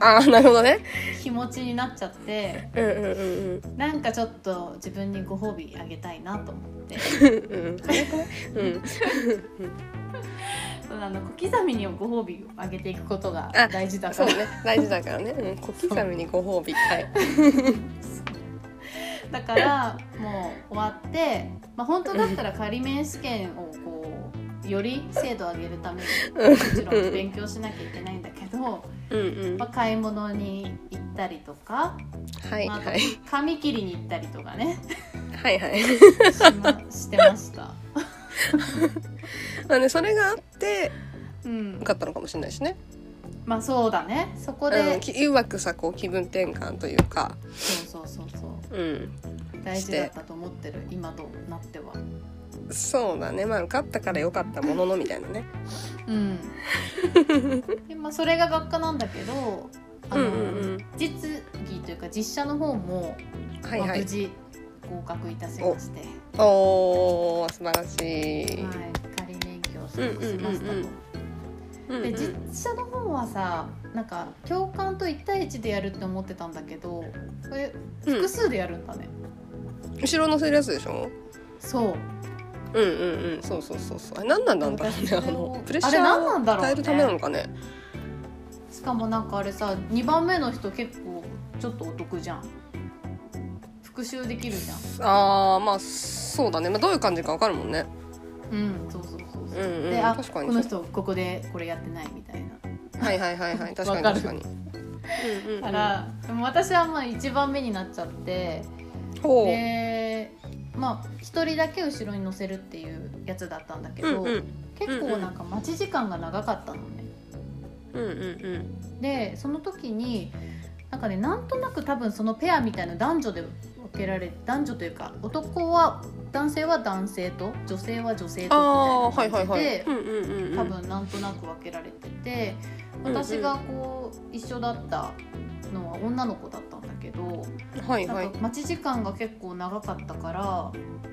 ああなるほどね
気持ちになっちゃって
うんうんうん
なんかちょっと自分にご褒美あげたいなと思って
うんうん早くないうん
そうあの小刻みにご褒美をあげていくことが
あ
大事だ
そ
か
う
ら
ね大事だからねうん小刻みにご褒美はい
だからもう終わって、まあ本当だったら仮免試験をこうより精度を上げるためにもちろん勉強しなきゃいけないんだけど、
うんうん
まあ、買い物に行ったりとか、
はい
まあ、あと
はい
髪切りに行ったりとか (laughs) ね
はいはい
し,、ま、してました。
まあねそれがあって
うん
受、かったのかもしれないしね
まあそうだねそこ
うん
で
きうまくさこう気分転換というか
そうそうそうそう
うん
大事だったと思ってる今となっては
そうだねまあ受かったから良かったもののみたいなね
うんで、まあ、それが学科なんだけどあ
う
の、
んうん
実技というか実写の方も、
うんはい
まあ
は
無
い
事合格いたしまして、
おー素晴らしい
はい、仮免許を取得しましたと、
うんうんうんうんう
で
ん
実写の方はさなんか教官と1対1でやるって思ってたんだけどこれ
うん
複数でやるんだね、
後ろ乗せるやつでしょ
そう
うんうんうんそうそうそうそうあれ何なんだろうね
私
あ
それを
のプレッシ
あれ
ャ
何なんだ
ーを
ろうね
与えるためなのかね
しかもなんかあれさ2番目の人結構ちょっとお得じゃん復習できるじゃん
ああまあそうだね、まあ、どういう感じかわかるもんね
うんそうそうそうそう
うんうん
であ
確かに
この人ここでこれやってないみたいな
はいはいはい
(laughs)
はい確かに
わかる
確かにうんうんうん
から、でも私はまあ1番目になっちゃって
ほう
でまあ1人だけ後ろに乗せるっていうやつだったんだけ
う
ど、
んうん
結構なんか待ち時間が長かったのね。
うんうん
でその時になんかねなんとなく多分そのペアみたいな男女で分けられ男女というか男は男性は男性と女性は女性とみたい
あ
な
あはいは
感
い
じ
はい
で
うんうんうんうん
多分なんとなく分けられてて
うんうん
私がこう一緒だったのは女の子だったんだけど
はいは
ないんか待ち時間が結構長かったから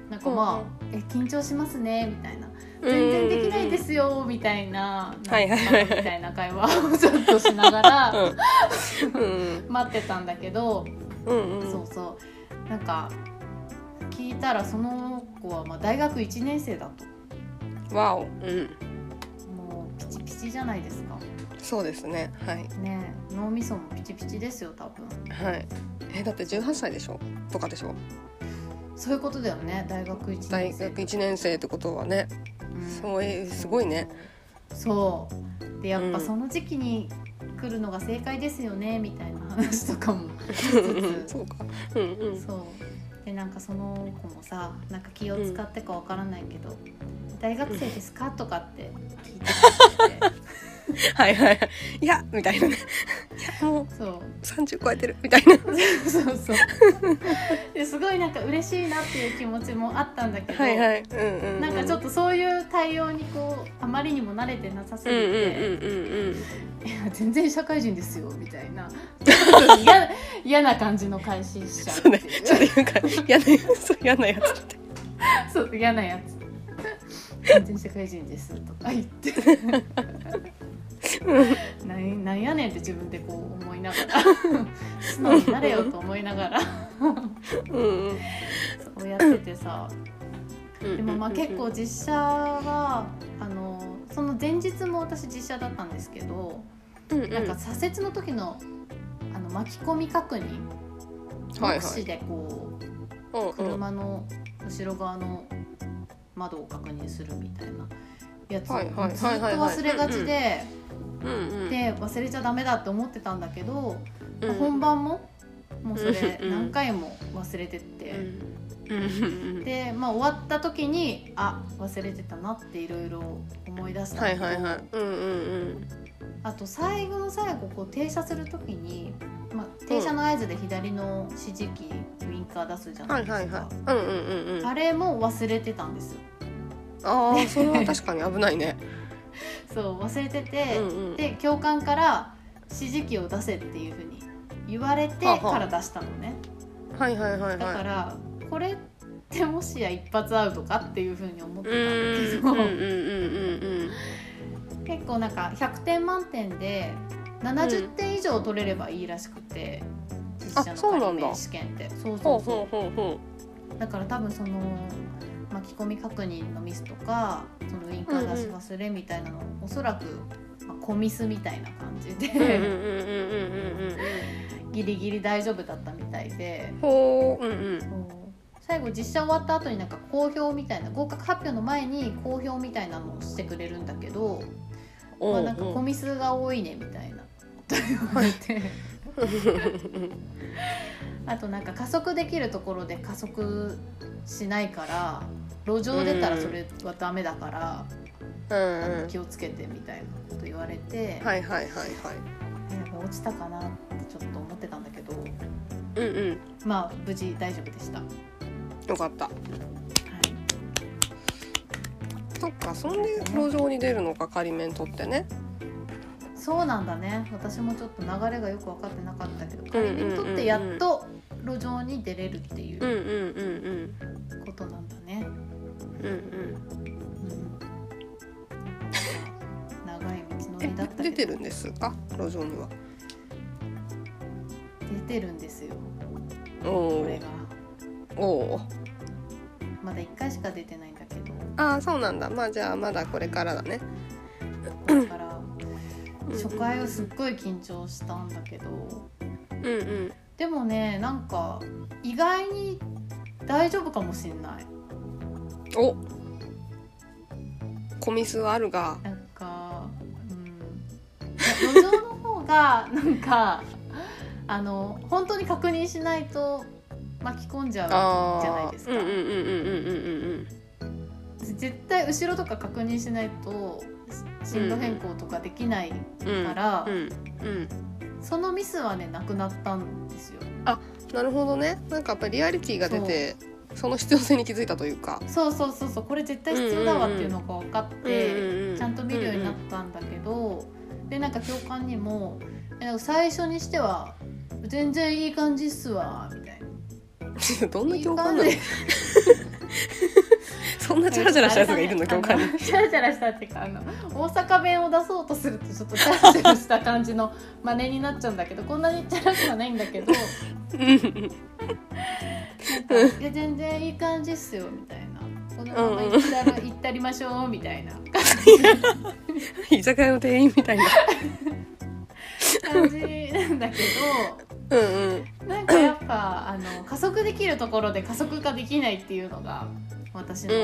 なんかまあ「え緊張しますね」みたいな全然できないで、すよみたいな
はいはいはい
みたいな会話を (laughs) ちょっとしながら
うんうん
待ってたんだけど、
うんうん、
そうそうなんか聞いたらその子はまあ大学1年生だと
わお、うん、
もうピチピチじゃないですか
そうですねはい
ねえ脳みそもピチピチですよ多分
はいえだって18歳でしょとかでしょ
そういうことだよね大学1
大
年生
学1年生ってことはね
うん
そうえすごいね
そうでやっ
う
ぱ
ん
その時期に来るのが正解ですよねみたいな話と
(laughs)
かもつつ
そうかうんうん
そうでなんかその子もさなんか気を使ってかわからないけど、大学生ですかとかって聞いてきて
はいはいはいいやみ (laughs) たいなねいやもう (laughs)
そう
30超えてるみたいな
そうそうですごいなんか嬉しいなっていう気持ちもあったんだけど、
はいはいうんうん、うん、
なんかちょっとそういう対応にこうあまりにも慣れてなさすぎ
うんうんうん
て、
うん
いや全然社会人ですよみたい
(laughs)
なちょっと嫌嫌な感じの開始しちゃう
そうね
っていう
ちょっとなんか嫌なそう嫌なやつ
そう嫌なやつ全然社会人ですとか言ってなんなんやねんって自分でこう思いながら素直になれよと思いながら
うんうん
そうやっててさ
うん
でもまあ結構実写はあのその前日も私実写だったんですけど、
うんうん
なんか左折の時のあの巻き込み確認
はいはい
目視でこう
うんうん
車の後ろ側の窓を確認するみたいなやつを
はいはい
ずっと忘れがち
は
で
うんうん
で忘れちゃダメだって思ってたんだけど、
うん
本番ももうそれ
うん
何回も忘れてって。
うんうん
で、まあ、終わった時にあ忘れてたなっていろいろ思い出した
は
け
い
ど
はいはいうんうん
あと最後の最後こう停車する時に、まあ、停車の合図で左の指示器ウインカー出すじゃ
うん
な
はいい
ですか、
はいはいうんうんうんうん
あれも忘れてたんですよ
ああそれは確かに危ない (laughs) ね
そう忘れて
う
て、
んうん
で教官から指示器を出せっていうふうに言われて
はあは
か
あ
ら出したのね
はいはいはい
だか
はい
らこれってもしや一発アウトかっていうふうに思っ
う
てた
ーんうん
ん
うん
だけど
うんうん
結構なんか100点満点で70点以上取れればいいらしくて、実
あ
写
そう
の仮
なんだ
面試験ってそう
ほ
そううそ
ほうほうほ
うだから多分その巻き込み確認のミスとかそのウインカー出し忘れみたいなの、おそらく、まあ、コミスみたいな感じ
ううんうん
で
うんうんうんうん
ギリギリ大丈夫だったみたいで
ほううんうん
そう最後実写終わった後になんか公表みたいな合格発表の前に公表みたいなのをしてくれるんだけど、まあ、なんかコミスが多いねみたいなと言われて。あとなんか加速できるところで加速しないから路上出たらそれはダメだから、
うん
あ
う
の
ん
気をつけてみたいなこと言われて、
はいはいはいはい
えやっぱ落ちたかなってちょっと思ってたんだけど
うんうん
まあ無事大丈夫でした。は
よかった
い、
そっかそんで路上に出るのか仮面取ってね
そうなんだね私もちょっと流れがよく分かってなかったけど
うんうん
仮にとってやっと路上に出れるっていううん
うんうん
ことなんだね。
うんうん
うん、長い道の
(laughs) え
りだった
出
け
て
ど
るんですか路上には
出てるんですよ
お
これ
お
が。
おお
まだ1回しか出てないんだけど
ああそうなんだまあじゃあまだこれからだね
だから、
うん
初回はすっごい緊張したんだけど
うんうん
でもねなんか意外に大丈夫かもしんない
おコミスはあるが
なんかうん路上の方がなんかあの本当に確認しないと巻き込んじゃうじゃないですか、
うんうんうんうんうんうんうん
絶対後ろとか確認しないと進路変更とかできない
うん
から、
うんうん
そのミスはねなくなったんですよ
なるほどねなんかやっぱりリアリティが出てその必要性に気づいたというか
そうそうそうそうこれ絶対必要だわっていうのが分かって、ち
ち
ゃんと見るようになったんだけど、でなんか教官にもえなんか最初にしては全然いい感じっすわみたいな。
たどんな (laughs) 共感
い
ない
感
の
じ
そんな (laughs) チャラチャラしたやつがいるの共感に
あの (laughs) チャラチャラしたっていうかあの大阪弁を出そうとするとちょっとチャラチャラした感じの真似になっちゃうんだけどこんなにチャラくはないんだけど「いや全然いい感じっすよ」みたいな「このまま行ったら行ったりましょう」みたいな
居酒屋の店員みたいな
感じなんだけ
うんうん
どなんかやっぱあの加速できるところで加速化できないっていうのが私の
う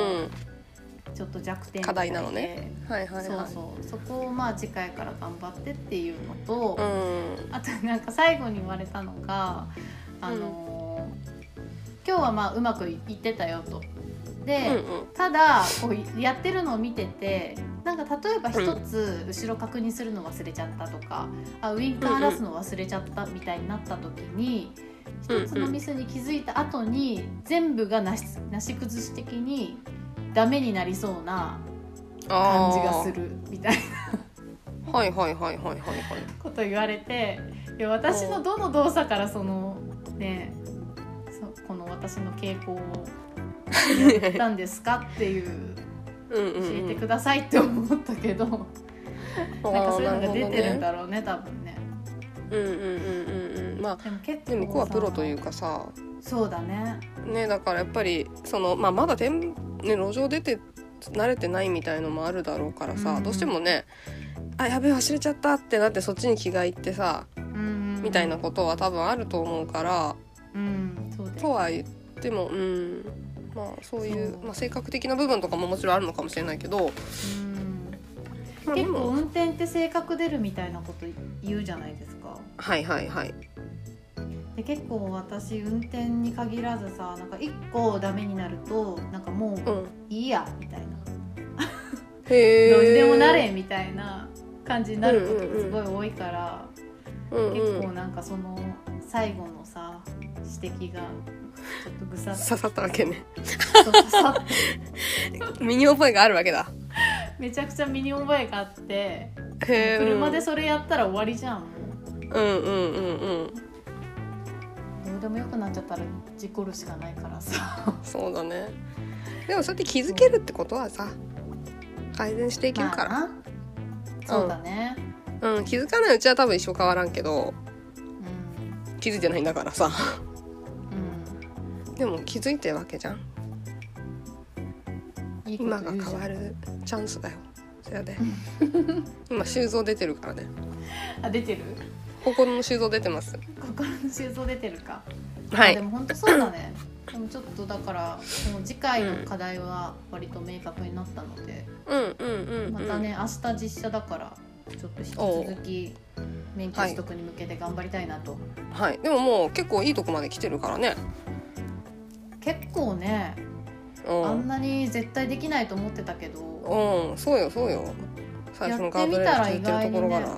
ちょっと弱点みたいで
課題なのねんはいはい
そ
は
う
い
そうそこをまあ次回から頑張ってっていうのと、
うん
あとなんか最後に言われたのが「あのー今日はまあうまくいってたよ」と。で、
うんうん
ただこうやってるのを見ててなんか例えば一つ後ろ確認するの忘れちゃったとか、あウインカー出すの忘れちゃったみたいになった時に
うんうん
一つのミスに気づいた後に全部がなしなし崩し的にダメになりそうな感じがするみたいな
あーはいはいはいはいはいはい
こと言われていや私のどの動作からそのねそこの私の傾向をやったんですかっていう
うんう
教
んうん
えてくださいって思ったけど、なんかそういうのが出てるん
あ
だろうね多分ね
ーなるほどねうんうんうんうんうんまあ
でも結構
でも向こうはプロという
か
かさ
そうだね
ねだからやっぱりその、まあ、まだ店ね、路上出て慣れてないみたいのもあるだろうからさ、
うんうん
どうしてもね「あやべえ忘れちゃった」ってなってそっちに気がいってさ
うん
みたいなことは多分あると思うから、
うんそうだ
と
よ
は言ってもうんまあそういう
そう
まあ、性格的な部分とかももちろんあるのかもしれないけ
う
ど、
ん
まあ、で
結構
も
運転って性格出るみたいなこと言うじゃないですか
はいはいはい。
で結構私運転に限らずさなんか一個ダメになるとなんかもう
うん、
いいやみたいな
へえ
どうにでもなれみたいな感じになることがすごい多いから、
うんうん
結構なんかその最後のさ指摘がちょっとぐさ
(laughs)
っ
刺さったわけね
と刺さって
身に覚えがあるわけだ
めちゃくちゃ身に覚えがあって、
へえ
車でそれやったら終わりじゃんも
うんうんうんうん
うどうでもよくなっちゃったら事故るしかないからさ
そうだねでもそうやって気づけるってことはさ改善していけるから、
まあなそうだね
うん、気づかないうちは多分一生変わらんけど
うん
気づいてないんだからさ (laughs)
うん
でも気づいてるわけじゃん
いいこと
今が
言うじゃん
変わるチャンスだよそれ (laughs) で今修造出てるからね
あ出てる
心の修造出てます
心の心臓出てるか
は
で
い
も本当そうだねでもちょっとだからもう次回の課題は割と明確になったので、
うんうんうん
ま
うん
たね明日実写だからちょっと引き続き免許取得に向けて頑張りたいなと、
はいでももう結構いいとこまで来てるからね
結構ね
う
あん
ん
なに絶対できないと思ってたけど
うんそうよそうよ最
や
初の
っ
ガ
て
ー
み
ドレ
たら
ー
意
ル引いてる
外
とこ
に
ろか
ね
ら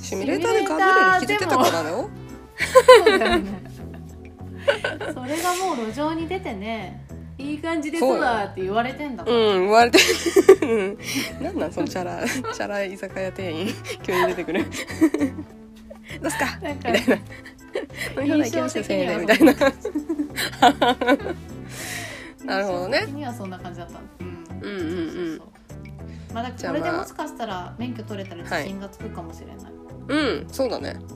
シミュレーターでガードレール引いてたからだよ
そうだよ
(laughs)
ねそれがもう路上に出てねいい感じですわって言われてんだから、
うん言われてうんなんなんそのチャラチャラい居酒屋店員急に出てくるどうすか
なんか
みたいな飲み放題
印
行き
象
ますよ
的
1000
に
円
は
でみたいな (laughs) なるほどね
印象的にはそんな感じだったうん
うんうんうん
まあ、だ
じ
か
ゃあ
らこれで
まあ
もしかしたら免許取れたら自信がつくかもしれない。
うんそうだね
うん、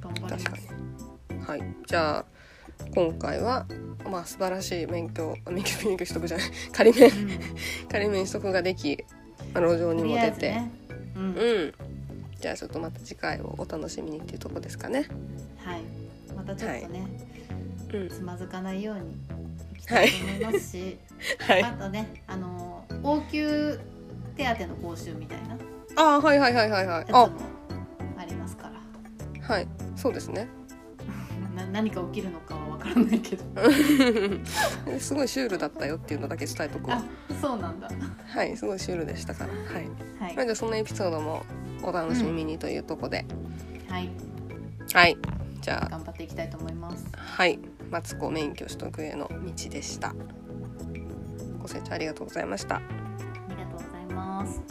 頑張ります
確かにはいじゃあ今回はまあ素晴らしい免許免許免許取得じゃない仮免
うん
仮免取得ができままあ路上に
とり
も
あえ
出
ず
て、
ねうんは
うんじゃあちょっとまた次回をお楽しみにっていうとこですかね
いまたちょっとね、
うん
つまずかないようにいきたいと思いますし、
はい
あとねあの応急手当の講習みたいなや
あーはいはいはいはいはい
つも
あ
ありますから
はいそうです (laughs) ね
な何か起きるのかは分からないけど
すごいシュールだったよっていうのだけ伝えとこ
あ
う
そうなんだ
はいすごいシュールでしたからはい、
はい
まあ、じゃあそのエピソードもお楽しみにというとこで、
はい
はいじゃあ
頑張っていきたいと思います
はいマツコ免許取得への道でしたご清聴ありがとうございました
ありがとうございます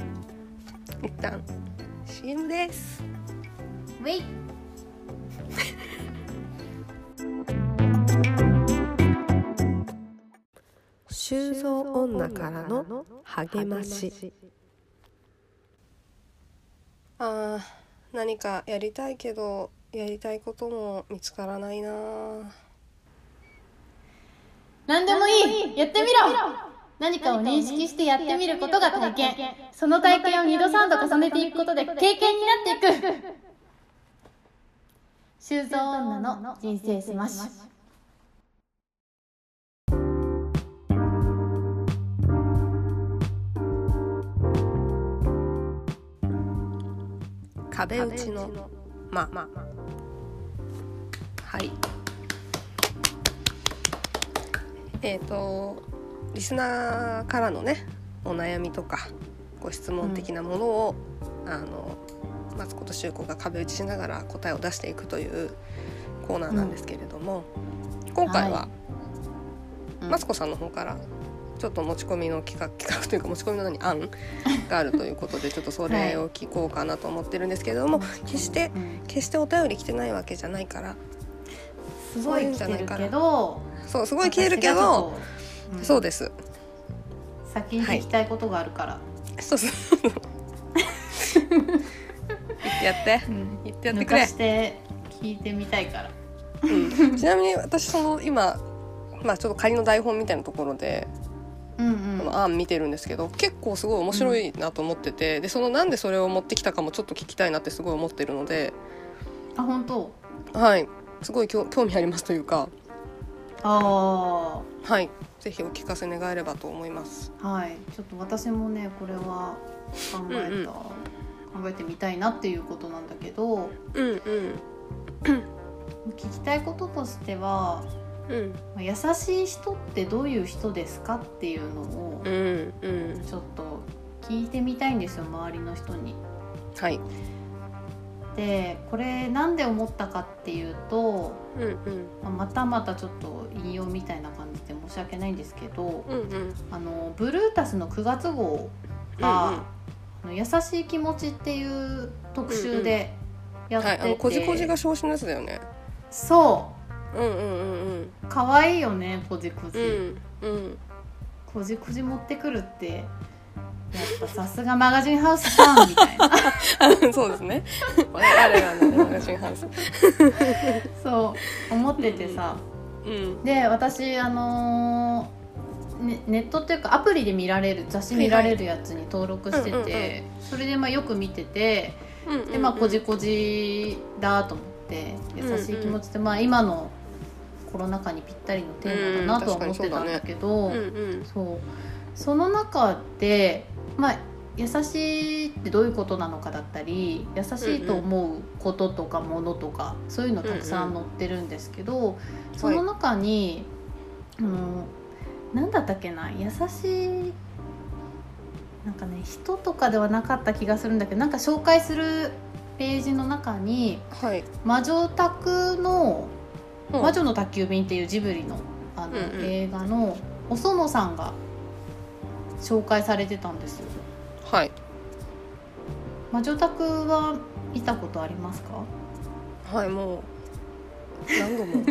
一旦 CM です
ウェイ
修造女からの励まし
あー何かやりたいけどやりたいことも見つからないな
何でもいいやってみろ何かを認識してやってみることが体験その体験を2度3度重ねていくことで経験になっていく修造女の人生スマッシュ
壁打ちのままはいえっ、とリスナーからのねお悩みとかご質問的なものを、あのマツコとシュウコが壁打ちしながら答えを出していくというコーナーなんですけれども、今回は、
はうん
マツコさんの方からちょっと持ち込みの企画企画というか持ち込みの何案があるということでちょっとそれを聞こうかなと思ってるんですけれども、決して決してお便り来てないわけじゃないから
すごい来てるけど
そうすごい消えるけ
私
ど、
がちょっとうん
そうです
先に聞きたいことがあるから、
そう (laughs) そう言ってやって
うん
言ってやって
抜
くれ
かして聞いてみたいから
うんちなみに私その今まあちょっと仮の台本みたいなところで
うん
こ
うん
の案見てるんですけど結構すごい面白いなと思ってて、でそのなんでそれを持ってきたかもちょっと聞きたいなってすごい思ってるので
あ本当
はいすごい興興味ありますというか
あ
はいぜひお聞かせ願えればと思います
あはいちょっと私もねこれは考えた、
うんうん
考えてみたいなっていうことなんだけど
うんうん
聞きたいこととしては
うん
まあ優しい人ってどういう人ですかっていうのを
うんうん
ちょっと聞いてみたいんですよ周りの人に。
はい
でこれなんで思ったかっていうと
うんうん
まあまたまたちょっと引用みたいな感じで申し訳ないんですけど
うんうん
あのブルータスの9月号が「あの優しい気持ち」っていう特集でやって
はい
て、
あのこじこじが昇進のやつだよね
そ
うんうんうん
う可愛いよねこじこじ、
うんうん
こじこじ持ってくるってやっぱさすがマガジンハウスさんみたい
(laughs)
な
うんそうですね (laughs) 我々がねマガジンハウス
そう思っててさ
うん
で私あのーねネットっていうかアプリで見られる雑誌見られるやつに登録してて、
はいはい
それでまあよく見てて
うん
でまあこじこじだと思って優しい気持ちって、まあ今のコロナ禍にぴったりのテーマだなとは思ってたんだけど、
うんうん
そうその中で、まあ、優しいってどういうことなのかだったり優しいと思うこととかものとか、そういうのたくさん載ってるんですけど、その中に、あのなんだったっけな優しいなんかね人とかではなかった気がするんだけどなんか紹介するページの中に
はい
「魔女宅の
うん
魔女の宅急便」っていうジブリのあの、
うんうん
映画のお園さんが紹介されてたんですよ。
はい
魔女宅は見たことありますか
はいもう何度 (laughs) も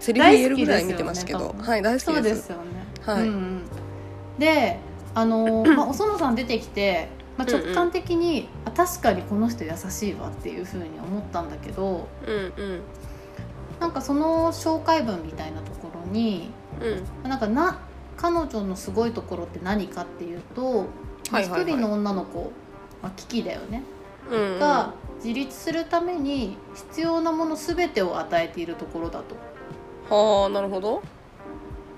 セリフ言えるぐらい見てますけど
大好きですよね
はい大好
そう
き
で
です
すよね。
はい
うんうんであ
(coughs)
の、まあ、お園さん出てきて、まあ、
うんうん
直感的に、あ確かにこの人優しいわっていうふうに思ったんだけど
うんうん
なんかその紹介文みたいなところに
うん
なんかな彼女のすごいところって何かっていうと
はいはいはい
一人の女の子、まあ、危機だよね、
うん
が自立するために必要なもの全てを与えているところだと
はあなるほど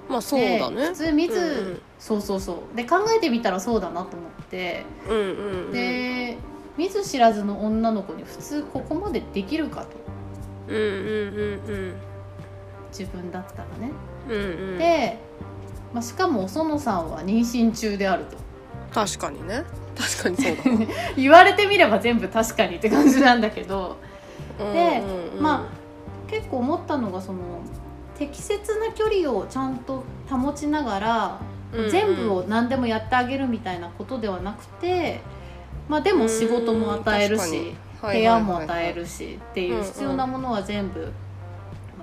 まあそう
で
だね
普通見ず、
うんうん
そうそうそうで考えてみたらそうだなと思って
うんうんうん
で、見ず知らずの女の子に普通ここまでできるかと
うんうんうん
自分だったらね、
うんうんうん
で、まあ、しかもお園さんは妊娠中であると
確かにね確かにそうだわ
言われてみれば全部確かにって感じなんだけどで
うんうんうん
ま結構思ったのがその適切な距離をちゃんと保ちながら
うんうん
全部を何でもやってあげるみたいなことではなくて、まあ、でも仕事も与えるし
うん
部屋も与えるしってい
うん
ううん必要なものは全部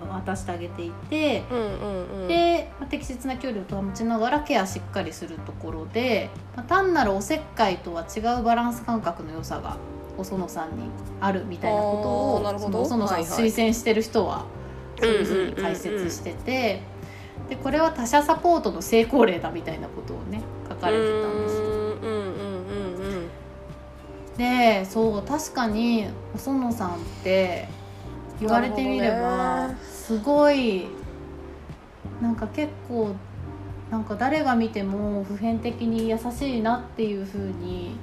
まあ渡してあげていて、
うんうんうん
で、まあ適切な距離を保ちながらケアしっかりするところで、まあ単なるおせっかいとは違うバランス感覚の良さがお園さんにあるみたいなこと
あーな
を
るほ
そ
ど
のお園さん
はいはい
推薦してる人はそういうふうに解説してて。でこれは他者サポートの成功例だみたいなことをね書かれてたんですよ
うんうんうんうんうん
でそう確かに細野さんって言われてみれ
なるほ
ば、
どね
すごいなんか結構なんか誰が見ても普遍的に優しいなっていう風に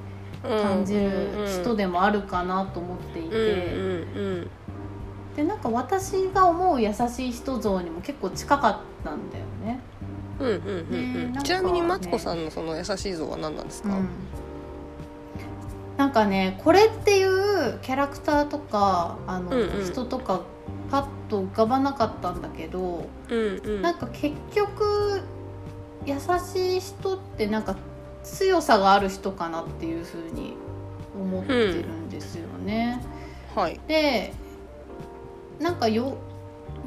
感じる人
で
でもあるかなと思っていて、
うん
でなんか私が思う優しい人像にも結構近かったんだよね。
うんうんうんうんうんうん
ね
ちなみに
なんか
マ
ね
ツコさんのその優しい像は何なんです
う
か
ん、なんかねこれっていうキャラクターとかあの、
うんうん
人とかパッと浮かばなかったんだけど、
うんうん
なんか結局優しい人ってなんか強さがある人かなっていうふうに思ってるんですよね。
はい
でなんかよ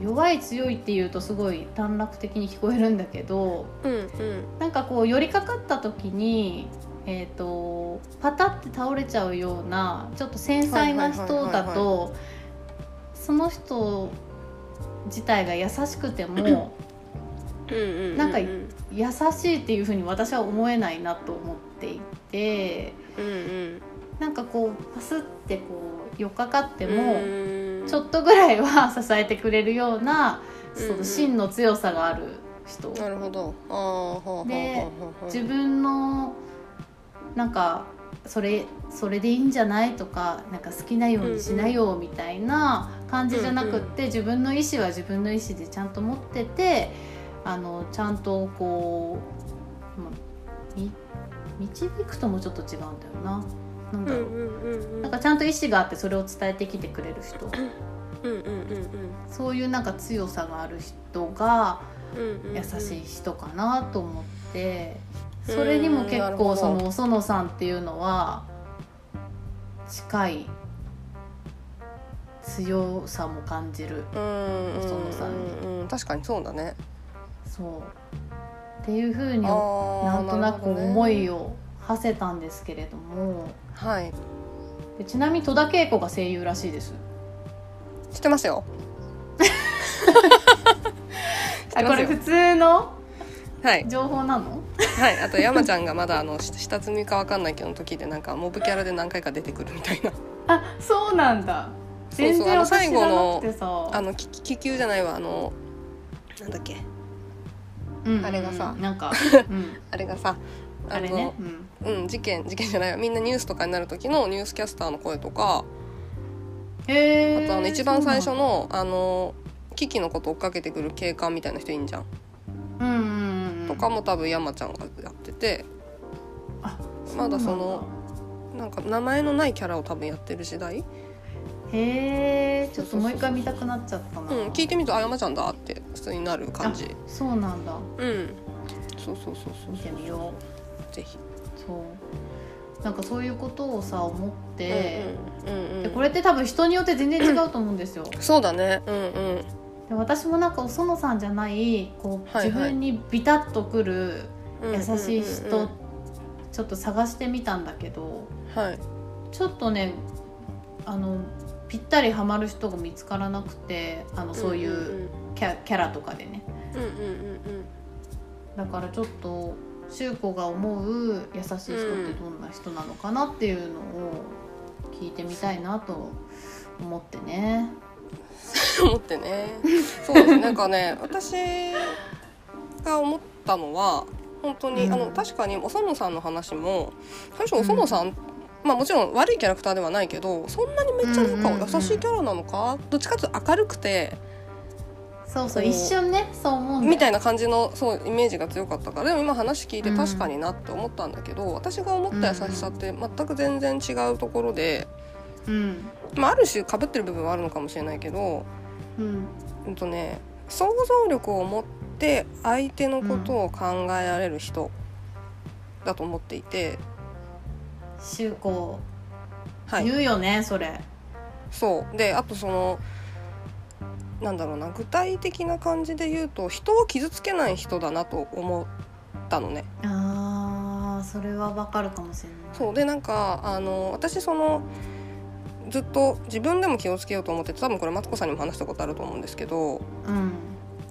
弱い強いっていうとすごい短絡的に聞こえるんだけど
うんうん
なんかこう寄りかかった時に、えー、とパタって倒れちゃうようなちょっと繊細な人だ
はいはいはい
とその人自体が優しくて
(clears throat)
も
うんうん
なんか
うんうん
優しいっていうふうに私は思えないなと思っていて
うん
なんかこうパスってこう寄っかかって
で
も
も
ちょっとぐらいは支えてくれるようなそ
うんう
の
ん
真の強さがある人。
なるほどあーはあはあはあ
で
はあ
自分のなんかそれそれでいいんじゃないとかなんか好きなようにしなよみたいな感じじゃなくって、自分の意思は自分の意思でちゃんと持っててあのちゃんとこうまみ導くともちょっと違うんだよな。なん
う
だろう、
んうんうんうん
なんかちゃんと意思があってそれを伝えてきてくれる人
うんうんうんうん
そういうなんか強さがある人が優
優
しい人かなと思って、それにも結
うんなる
構
ほど
そのお園さんっていうのは近い強さも感じる
うん
そのさ
うんうん確かにそうだね
そうっていうふうにな
なん
となく思い
を
を馳せたんですけれども
はい
でちなみに戸田恵子が声優らしいです。
知ってますよ知って
あ
ま
これ
すよ
普通の
はい
情報なの
はいあと山ちゃんがまだあのし下積みかわかんないけどの時でなんかモブキャラで何回か出てくるみたいな
あそうなんだ
そう
(laughs) 全然
あの
私
最
知
後
ら
の
なくてさ
あの気気球じゃないわあのなんだっけ
うんうんうん
あれがさ
なんか、うん、
(laughs) あれがさの
あれね、うん
うん事件事件じゃないわみんなニュースとかになる時のニュースキャスターの声とか
へ
あ
ー
とあの一番最初のあのキキのこと追っかけてくる警官みたいな人いんじゃん
うんうんうん
とかも多分山ちゃんがやってて
あ
まだそのなんか名前のないキャラを多分やってる時代、
へえちょっともう一回見たくなっちゃったな、
うん、聞いてみると「あ山ちゃんだ」って普通になる感じ
そうなんだ
うんそうそうそうそう
見てみよ
ぜひ
うそうなんかそういうことをさ思って、
うんうんうんうん
でこれって多分人によって全然違うと思うんですよ
そうだねうんうん
で私もなんかおそのさんじゃないこう、
はいはい
自分にビタッとくる
うん
優しい
うんうん
人ちょっと探してみたんだけど
うんはい
ちょっとねあのぴったりハマる人が見つからなくてあのそういう、
うん
キャキャラとかでね
うんうんうんうん
だからちょっと周子が思う優しい人ってどんな人なのかなっていうのを聞いてみたいなと思ってね。
思ってねそうですねなんかね私が思ったのは本当に、
うん
あの確かにおそのさんの話も最初
うん
おそのさん、まあもちろん悪いキャラクターではないけどそんなにめっちゃ
うんうん
な
うん
んか優しいキャラなのか、どっちかっていうと明るくて
そうそう
こう
一瞬ねそう思うんだよ
みたいな感じのそうイメージが強かったからでも今話聞いて
うん
確かになって思ったんだけど、私が思った優しさって全く全然違うところで、
うん
まあ、ある種かぶってる部分はあるのかもしれないけど
うん
うんとね想像力を持って相手のことを考えられる人だと思っていて、
周子
はい
言うよねそれ。
そうであとそのなんだろうな具体的な感じで言うと人を傷つけない人だなと思ったのね。
あーそれはわかるかもしれない。
そうでなんかあの私そのずっと自分でも気をつけようと思ってて多分これマツコさんにも話したことあると思うんですけど
うん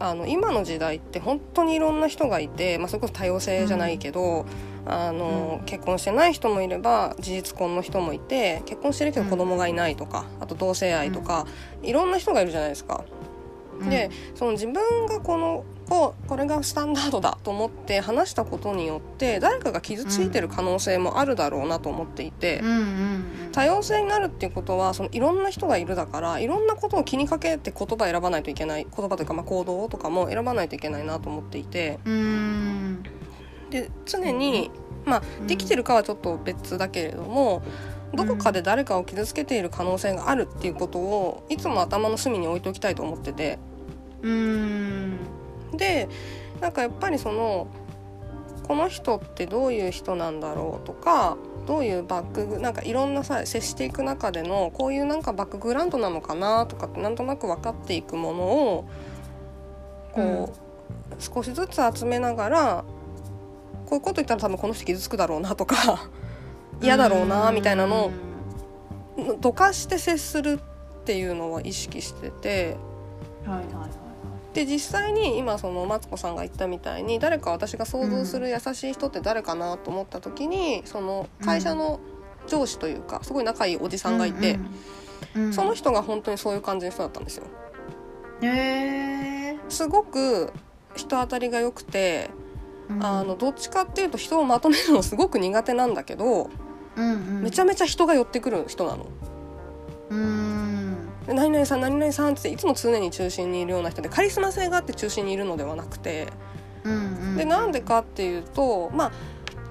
あの今の時代って本当にいろんな人がいて、まあ、それこそ多様性じゃないけど、あの結婚してない人もいれば事実婚の人もいて結婚してるけど子供がいないとか、あと同性愛とか、いろんな人がいるじゃないですか。
うん
でその自分がこのこうこれがスタンダードだと思って話したことによって誰かが傷ついてる可能性もあるだろうなと思っていて。
うんうんうん
多様性になるっていうことはそのいろんな人がいるだからいろんなことを気にかけて言葉選ばないといけない言葉というか、まあ、行動とかも選ばないといけないなと思っていて
うーん
で常に、まあ、
うん
できてるかはちょっと別だけれどもどこかで誰かを傷つけている可能性があるっていうことをいつも頭の隅に置いておきたいと思ってて
うーん
でなんかやっぱりそのこの人ってどういう人なんだろうとかどういうバックグなんかいろんなさ接していく中でのこういうなんかバックグラウンドなのかなとかってなんとなく分かっていくものをこう、少しずつ集めながらこういうこと言ったら多分この人傷つくだろうなとか嫌だろうなみたいなのをどかして接するっていうのは意識してて。
うんはいはいはいはい
で実際に今そのマツコさんが言ったみたいに誰か私が想像する優しい人って誰かなと思った時に、その会社の上司というかすごい仲いいおじさんがいて、
うんうんうん
その人が本当にそういう感じの人だったんですよ。
へえ
すごく人当たりが良くて、あのどっちかっていうと人をまとめるのすごく苦手なんだけど、めちゃ
めち
めちゃ人が寄ってくる人なの。
ゃうーん
で何々さん何々さんっていつも常に中心にいるような人でカリスマ性があって中心にいるのではなくて。
うんうん
でなんでかっていうとまあ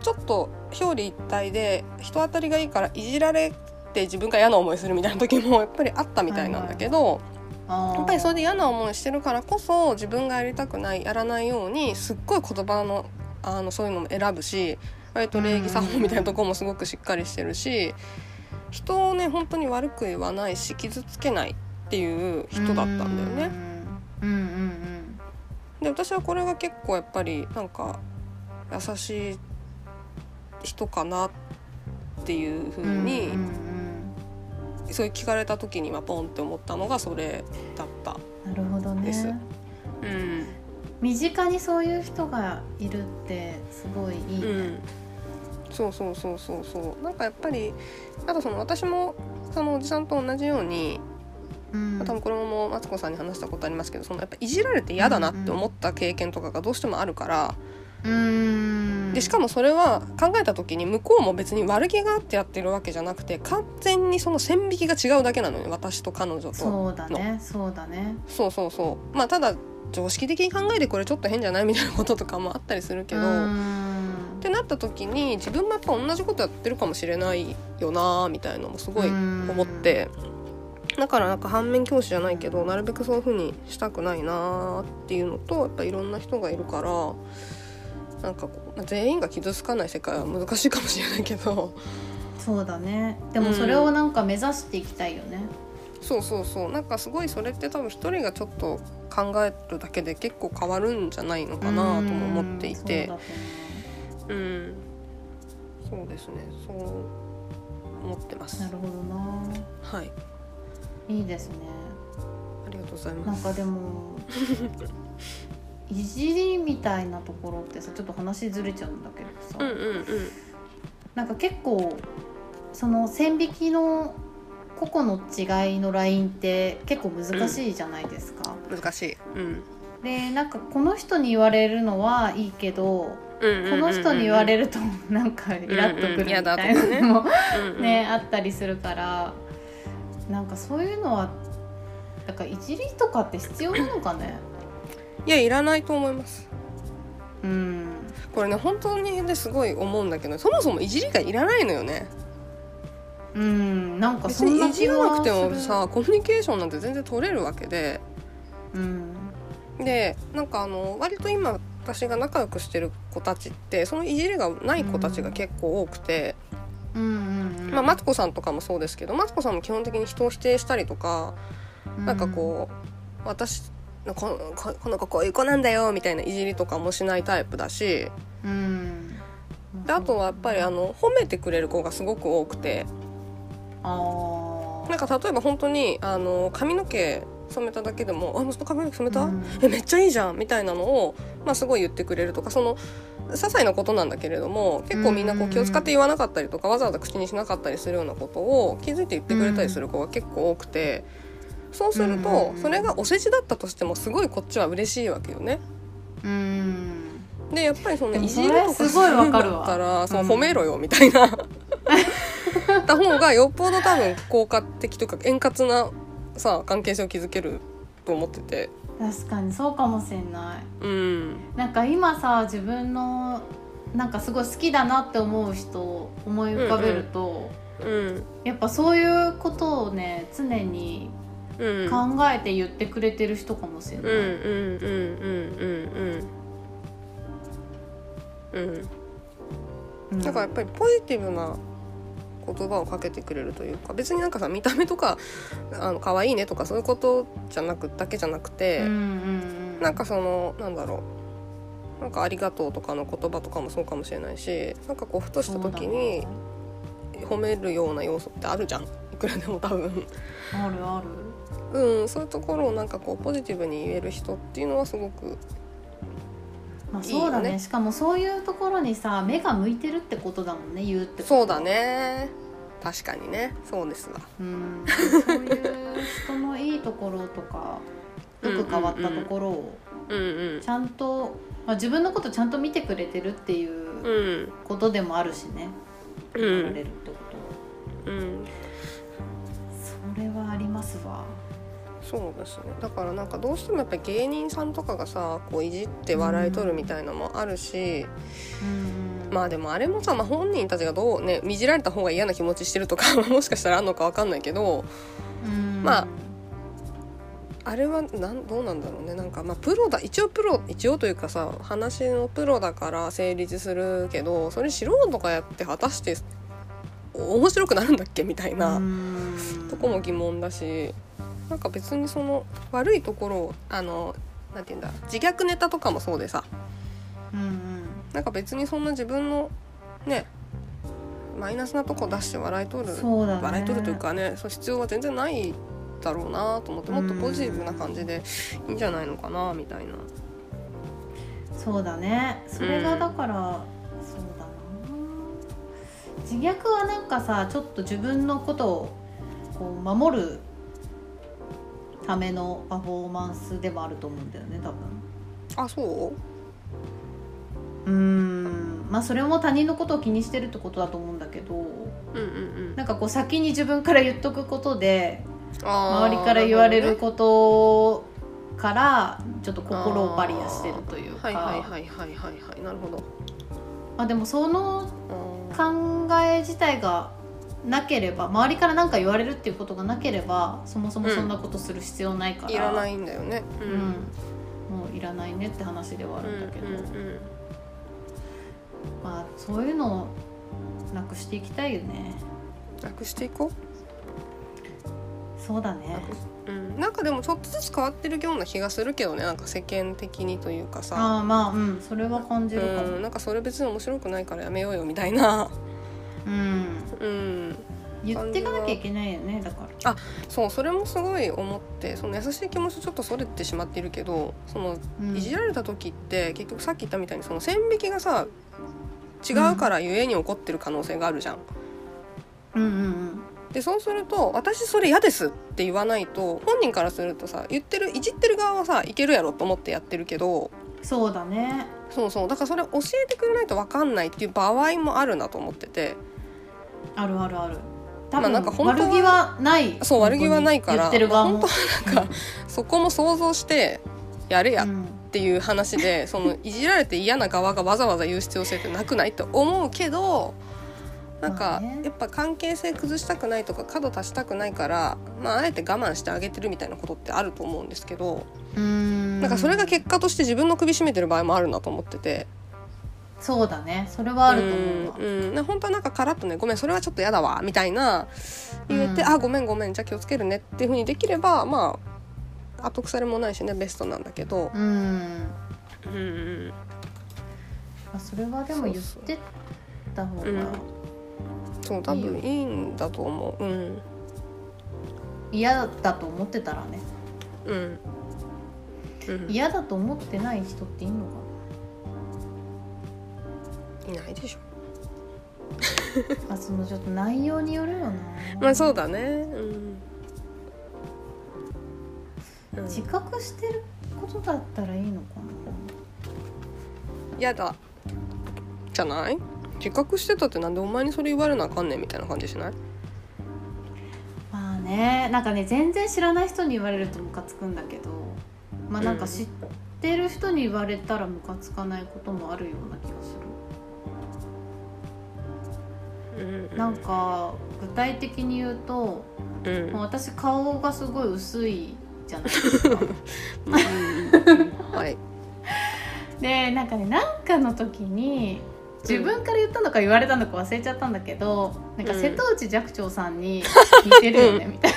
ちょっと表裏一体で人当たりがいいからいじられて自分が嫌な思いするみたいな時も (laughs) やっぱりあったみたいなんだけど、
や
やっぱりそれで嫌な思いしてるからこそ自分がやりたくないやらないようにすっごい言葉のあのそういうのも選ぶし割と礼儀作法みたいなところもすごくしっかりしてるし人をね本当に悪く言わないし傷つけないっていう人だったんだよね。
うんうんうん
で私はこれが結構やっぱりなんか優しい人かなっていうふ
うんう
うんに、
うん
そういう聞かれた時に今ポンって思ったのがそれだった。
うんなるほど
です
ね
うん
身近にそういう人がいるってすごいいいね
うん、そうそうそうそうそうなんかやっぱりあとその私もそのおじさんと同じように、
うん
多分これももうマツコさんに話したことありますけどそのやっぱいじられて嫌だなって思った経験とかがどうしてもあるから。
うーん
でしかもそれは考えた時に向こうも別に悪気があってやってるわけじゃなくて完全にその線引きが違うだけなのよ私と彼女とそう
そうだねそうだね
そうそうまあただ常識的に考えてこれちょっと変じゃないみたいなこととかもあったりするけど、
うー
っ
ん
てなった時に自分もやっぱ同じことやってるかもしれないよなみたいなのもすごい思ってだからなんか反面教師じゃないけどなるべくそういう風にしたくないなっていうのとやっぱいろんな人がいるからなんかこうまあ全員が傷つかない世界は難しいかもしれないけど (laughs)
そうだねでもそれをなんか目指していきたいよね、
そうそうそうなんかすごいそれって多分一人がちょっと考えるだけで結構変わるんじゃないのかなとも思っていて
うんそうだと思
うんそうですねそう思ってま
う
す
なるほどな
はい
いいですね
ありがとうござい
な
(laughs) ま
ん
す
かでもいじりみたいなところってさちょっと話ずれちゃうんだけどさ、
うんうん
なんか結構その線引きの個々の違いのラインって結構難しいじゃないですか。
うん難しい、うん、
でなんかこの人に言われるのはいいけど
うんうんうんうん
この人に言われるとなんかイラッとくるみたいなのも
うんうん
ねあったりするからなんかそういうのはなんかいじりとかって必要なのかね
いやいらないと思います
うん
これね本当にですごい思うんだけどそもそもいじりがいらないのよね
うんなんか
別
そんな
にい
気
じらなくても
はする
さコミュニケーションなんて全然取れるわけで
うん
でなんかあの割と今私が仲良くしてる子たちってそのいじりがない子たちが結構多くて、
うんうんうん
まあ、マツコさんとかもそうですけどマツコさんも基本的に人を否定したりとか、なんかこう私のこのここの子こういう子なんだよみたいないじりとかもしないタイプだし
うん、うん
であとはやっぱりあの褒めてくれる子がすごく多くて
あ
なんか例えば本当にあの髪の毛染めただけでも「あ息子髪の毛染めた
うん
えめっちゃいいじゃん」みたいなのを、まあ、すごい言ってくれるとかその些細なことなんだけれども結構みんなこ
う
うん気を使って言わなかったりとかわざわざ口にしなかったりするようなことを気づいて言ってくれたりする子が結構多くてそうすると
うん
それがお世辞だったとしてもすごいこっちは嬉しいわけよね。
うん
でやっぱりその
でも
いじり
そ
と
れ
か
すごいわかるわ
だったらそう
うん
褒めろよみたい
(laughs)
な、た方がよっぽど多分効果的というか円滑なさ関係性を築けると思ってて
確かにそうかもしれない
うん
なんか今さ自分のなんかすごい好きだなって思う人を思い浮かべると、
うん
やっぱそういうことをね常に
うん
考えて言ってくれてる人かもしれ
うんう
なんい、
うんうんうんうんうん
うん
だからやっぱりポジティブな言葉をかけてくれるというか別になんかさ見た目とかあの可愛いねとかそういうことじゃなくだけじゃなくて、
うんうんうん
なんかそのなんだろうなんか「ありがとう」とかの言葉とかもそうかもしれないしなんかこうふとした時に褒めるような要素ってあるじゃんいくらでも多分
あるある
(laughs) うんそういうところをなんかこうポジティブに言える人っていうのはすごく
まあ
いいよ
そうだね
ね
しかもそういうところにさ目が向いてるってことだもんね言うってこと
そうだね確かにねそうですわ
うんそういう人のいいところとかよく変わったところを
うんうん
ちゃんと、まあ、自分のことちゃんと見てくれてるっていう
う
うんことでもあるしね、
う
言われ
ん
るってことは
うん
それはありますわ
そうですねだからなんかどうしてもやっぱり芸人さんとかがさこういじって笑い取るみたいなのもあるし、
うん
まあでもあれもさ、まあ、本人たちがどうね見じられた方が嫌な気持ちしてるとか (laughs) もしかしたらあんのかわかんないけど
うん
まああれはなんどうなんだろうねなんかまあプロだ一応プロ一応というかさ話のプロだから成立するけどそれ素人がやって果たして面白くなるんだっけみたいな
うん
とこも疑問だしなんか別にその悪いところをあのなんて言うんだ自虐ネタとかもそうでさ
うんうん
なんか別にそんな自分のねマイナスなとこ出して笑い取る
そうだね
笑い取るというかねそう必要は全然ないだろうなと思ってもっとポジティブな感じでいいんじゃないのかなみたいな
そうだねそれがだから、そうだな自虐はなんかさちょっと自分のことをこう守るためのパフォーマンスでもあると思うんだよね多分
あそ
う
う
ーんまあそれも他人のことを気にしてるってことだと思うんだけど
うんうんうん
なんかこう先に自分から言っとくことで
あー
周りから言われ
な
る
ほ
ことからちょっと心をバリアしてるという
どねはいはい
か
はいはいはいはいなるほど
まあでもその
あー
考え自体がなければ周りから何か言われるっていうことがなければそもそもそんなことする必要ないから、
いらないんだよねう
うんん、もういらないねって話ではあ
うん
るんだけど、
うんうん
まあそういうのをなくしていきたいよね
なくしていこ
そうだね
なくう、うん、なんかでもちょっとずつ変わってるような気がするけどねなんか世間的にというかさ
ああまあうんそれは感じるかも
うん、なんかそれ別に面白くないからやめようよみたいな、
うん、
うん、
言ってかなきゃいけないよねだから
そうそれもすごい思ってその優しい気持ちちょっとそれてしまっているけどその
うん
いじられた時って結局さっき言ったみたいにその線引きがさ違うからゆえに起こってる可能性があるじゃん。
うんうん
でそうすると「私それ嫌です」って言わないと本人からするとさ言ってるいじってる側はさいけるやろと思ってやってるけど
うんそうだね
そうそうだからそれ教えてくれないと分かんないっていう場合もあるなと思ってて
あるあるある多
まあ
分、
なんか本当は
悪気はない
そう悪気はないから
言ってる側も
本当はなんかそこも想像してやれやっていう話で、そのいじられて嫌な側がわざわざ言う必要性ってなくないと思うけどなん
まあ
か
ね
やっぱ関係性崩したくないとか角足したくないから、まあ、あえて我慢してあげてるみたいなことってあると思うんですけど、
うん
なんかそれが結果として自分の首絞めてる場合もあるなと思ってて
そうだねそれはあると思うわ
うんうん、で本当はなんかカラッとね「ごめんそれはちょっとやだわ」みたいな言えて「
うん
あごめんごめんじゃあ気をつけるね」っていうふうにできればまあ後腐れもないしねベストなんだけど。
うん
うんうん
まあそれはでも言ってった方が
そうそうそう多分いいんだと思ううん
嫌だと思ってたらね
うんうんい
嫌だと思ってない人っていいのか
ないでし
な、 (laughs)
ょ
まあ、そのちょっと内容によるよな
まあそうだねうん、うん、
自覚してることだったらいいのか
やだじゃない自覚してたってなんでお前にそれ言われなあかんねんみたいな感じしない
なまあねなんかね全然知らない人に言われるとムカつくんだけどまあなんか知ってる人に言われたらムカつかないこともあるような気がする
うん
なんか具体的に言うと、
うん
まあ私顔がすごい薄いじゃないですか
うんはい
でなんかねなんかの時に自分から言ったのか言われたのか忘れちゃったんだけどなんか
うん
瀬戸内寂聴さんに似てる
(laughs)
よねみたい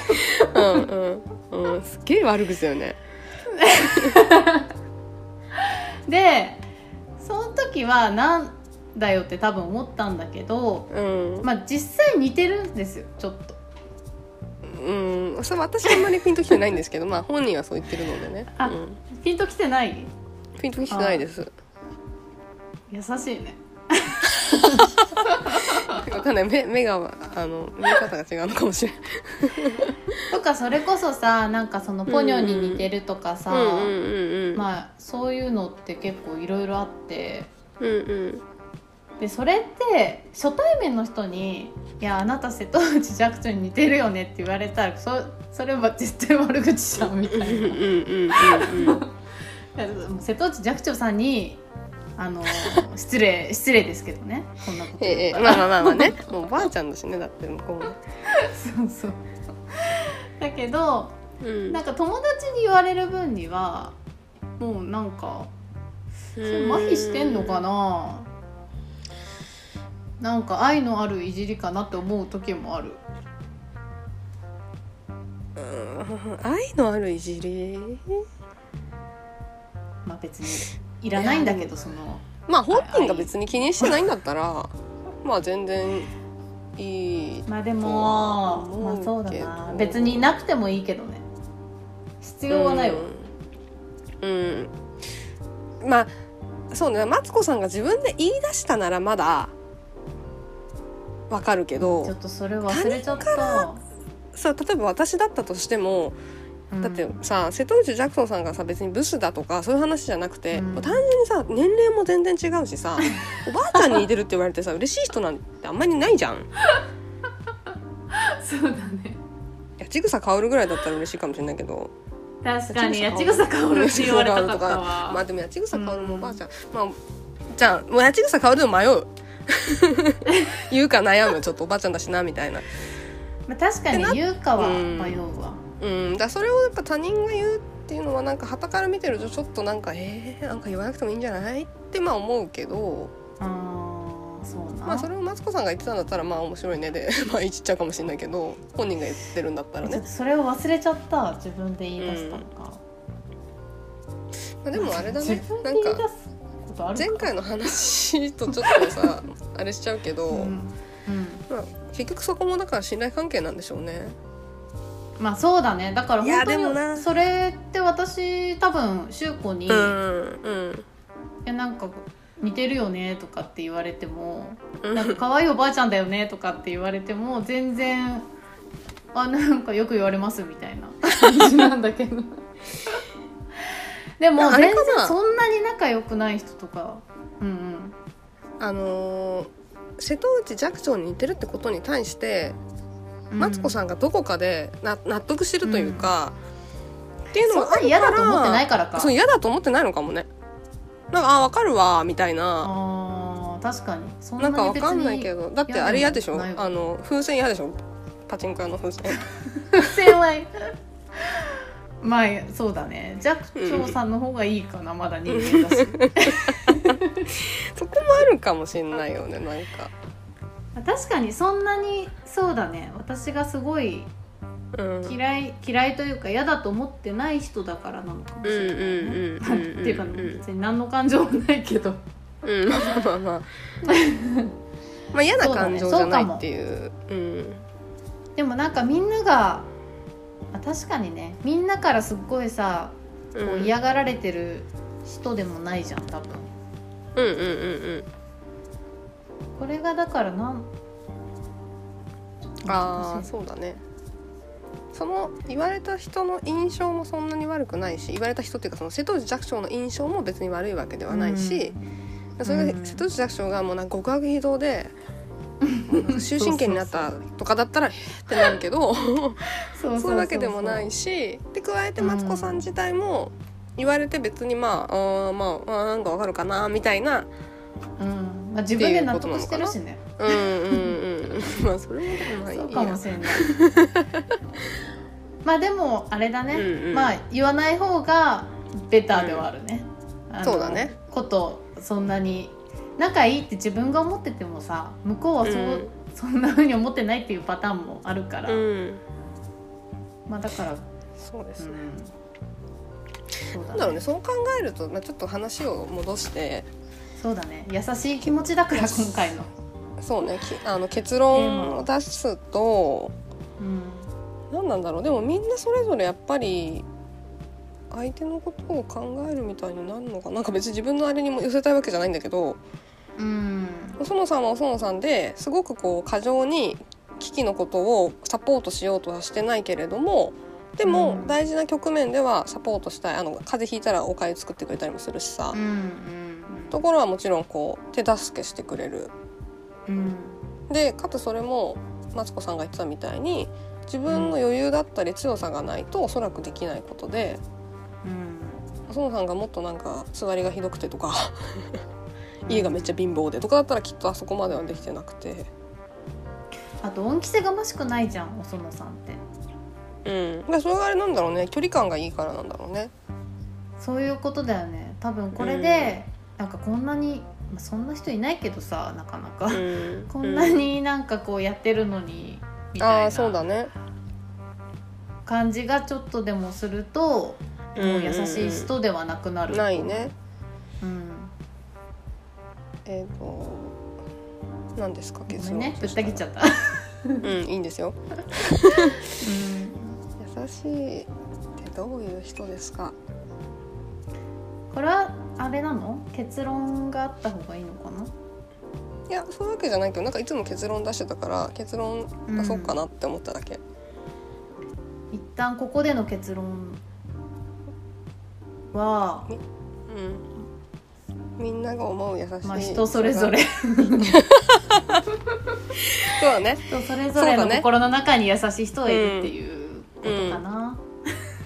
な
うんうんうんすっげえ悪口だよね
でその時はなんだよって多分思ったんだけど
うん
まあ実際似てるんですよちょっと
うんそれ私あんまりピンときてないんですけどまあ本人はそう言ってるのでね
あ
うん
ピンときてない
ピンときてないです
優しいね
わかんない目目があの見え方が違うのかもしれない
とかそれこそさなんかそのポニョに似てるとかさ、
うんうんうんうん
まあそういうのって結構いろいろあって
うんうん
でそれって初対面の人に「いやあなた瀬戸内寂聴に似てるよね」って言われたらそそれは絶対悪口じゃんみたいな (laughs)
うんうんうんうん
いやもう瀬戸内寂聴さんにあ
(laughs)
の失礼失礼ですけどねこんなこと
え
言っ
え
たら
まあまあまあまあねもうおばあちゃんだしねだって向こうも
(laughs) そうそうだけど
うん
なんか友達に言われる分にはもうなんか
そ
それ麻痺してんのかななんか愛のあるいじりかなって思う時もある
愛のあるいじり
まあ別にいらないんだけどその
まあ本人が別に気にしてないんだったらまあ全然いい
まあで
と
も
は思
ま
う
あそうだ
けど
な別になくてもいいけどね必要はないわ、
うん、うんまあそうねマツコさんが自分で言い出したならまだわかるけ
ちょっ
ど
とそれ忘れちゃった、
そう例えば私だったとしても、
うん
だってさ瀬戸内ジャクソンさんがさ別にブスだとかそういう話じゃなくて、
うん
もう単純にさ年齢も全然違うし
(laughs)
さおばあちゃんに似てるって言われてさ嬉しい人なんてあんまりないじゃん。
そうだね
いやちぐさかおるぐらいだったら嬉しいかもしれないけど
確かに八千草薫って言われたかったわ、
まあでも八千草薫もおばあちゃん、まあじゃあもう八千草薫で
(laughs)
も迷う言うか悩むちょっとおばあちゃんだしなみたいな
まあ、確かに優香は
うん
迷うわ、
うんだからそれをやっぱ他人が言うっていうのはなんか傍から見てるとちょっとなんかえー、なんか言わなくてもいいんじゃないってまあ思うけど
ああそうな、
まあそれをマツコさんが言ってたんだったらまあ面白いねで (laughs) まあ言っちゃうかもしれないけど本人が言ってるんだったら
ちょっ
ね
と、それを忘れちゃった自分で言い出したのか、
まあ、でもあれだね
自分
な
で
ん
言い出
か
すことあるか (laughs)
前回の話とちょっとさあれしちゃうけど、
うんうん
まあ、結局そこもだから信頼関係なんでしょうね。
まあそうだねだから
い
本
や
当
でもな
にそれって私多分柊子に、
うんうん
いやなんか似てるよねとかって言われても
うん
なんか可愛いおばあちゃんだよねとかって言われても全然あなんかよく言われますみたいな感じなんだけどでも
あ
全
れ
然
かな
そんなに仲良くない人とかうん
あのー瀬戸内寂聴に似てるってことに対して、
うん
マツコさ
ん
んがどこかでな納得してるというか、っていう
そ
のも
ん
あ
なに
る
嫌
か
だと思ってな
ら
いからか
そう嫌だと思ってないのかもねなんかあ分かるわみたいな
あー確かにそん
な
なん
か
に
わ
別
かんないけ
に
どだってあれ嫌でしょ
嫌でもないわ
あの風船嫌でしょパチンコ屋の風船
不正はまあそうだね寂聴さんの方がいいかな、まだ人間だし
そこもあるかもしんないよねなんか
(laughs) 確かにそんなにそうだね私がすごい
うんうん
嫌い嫌いというか嫌だと思ってない人だからなのかもしれないね。
うんうんうんうんうんうん
っていうか別に何の感情もないけど
うんまあまあまあまあ嫌な感情じゃないっていううん
でもなんかみんながあ確かにねみんなからすっごいさこう嫌がられてる人でもないじゃん多分
うんうんうん
これがだからなん
うんああ
難しい
そうだねその言われた人の印象もそんなに悪くないし言われた人っていうかその瀬戸内寂聴の印象も別に悪いわけではないし、それ
う
が
ん
瀬戸内寂聴がもうなんか極悪非道でもうなんか終身刑になったとかだったらえーってなるけど
そ
そういうわけでもないいしで加えてマツコさん自体も言われて別にまああーまああーなんかわかるかなみたいな
うんまあ、自分で納得してるしね
うんうんうん (laughs) まあそれもでもまあいい
そ
や
うかもしれないまあでもあれだね、
うんうん
まあ言わない方がベターではあるね、あの
そうだね
ことそんなに仲いいって自分が思っててもさ向こうはそう、
うん
そんな風に思ってないっていうパターンもあるから、
うん
まあだから、
そうで
う
すね、
ん、そう
なんだろうねそう考えると、まあ、ちょっと話を戻して
そうだね優しい気持ちだから今回の、
そうねきあの結論を出すと
うん、
何なんだろうでもみんなそれぞれやっぱり相手のことを考えるみたいになるのかなんか別に自分のあれにも寄せたいわけじゃないんだけど
うん、
おそのさんはおそのさんですごくこう過剰に危機のことをサポートしようとはしてないけれどもでも
うん
大事な局面ではサポートしたいあの風邪ひいたらおかゆ作ってくれたりもするしさ、
うんうん
ところはもちろんこう手助けしてくれる
うんうん
でかつそれもマツコさんが言ってたみたいに自分の余裕だったり強さがないとおそらくできないことで
うん
細野さんがもっとなんか座りがひどくてとか (laughs) 家がめっちゃ貧乏でとかだったらきっとあそこまではできてなくて
あと恩着せがましくないじゃんおそのさんって
うんでそれがあれなんだろうね距離感がいいからなんだろうね
そういうことだよね多分これで、なんかこんなに、まあ、そんな人いないけどさなかなか、
うん
こんなになんかこうやってるのにみ
あ
た
あーそう
い
だ
な
ね
感じがちょっとでもすると、もう優しい人ではなくなる、
ないね
うん、
えっ、と何ですか
ごめ
結
ん
論
ねぶった切っちゃった、
うんいいんですよ
うん、
優しいってどういう人ですか
これはあれなの結論があった方がいいのかない
やそういうわけじゃないけどなんかいつも結論出してたから結論出そうかなって思っただけ、
一旦ここでの結論は
うんみんなが思う優しい
まあ人それぞれ
(laughs) そうだね
人それぞれ
そうだ
の
ね
心の中に優しい人がいるっていうことかな。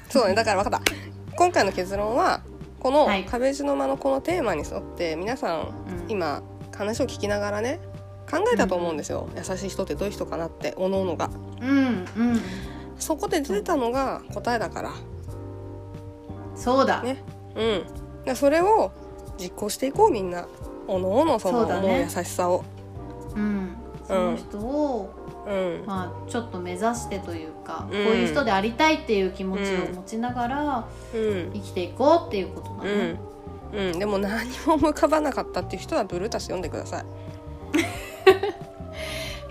そうだねだから分かった今回の結論はこの
はい
壁地の間のこのテーマに沿って皆さん
うん
今話を聞きながらね考えたと思うんですよ、優しい人ってどういう人かなっておのおのが
うんうん
そこで出たのが答えだから
そうだ、
ねうんでそれを実行していこうみんなおのおのその
そうだ
思う
ね
優しさを
うん、その人を、
うん
まあ、ちょっと目指してというか、
うん
こういう人でありたいっていう気持ちを持ちながら
うん
生きていこうっていうことだね。
うん、うん、でも何も浮かばなかったっていう人はブルータス読んでください。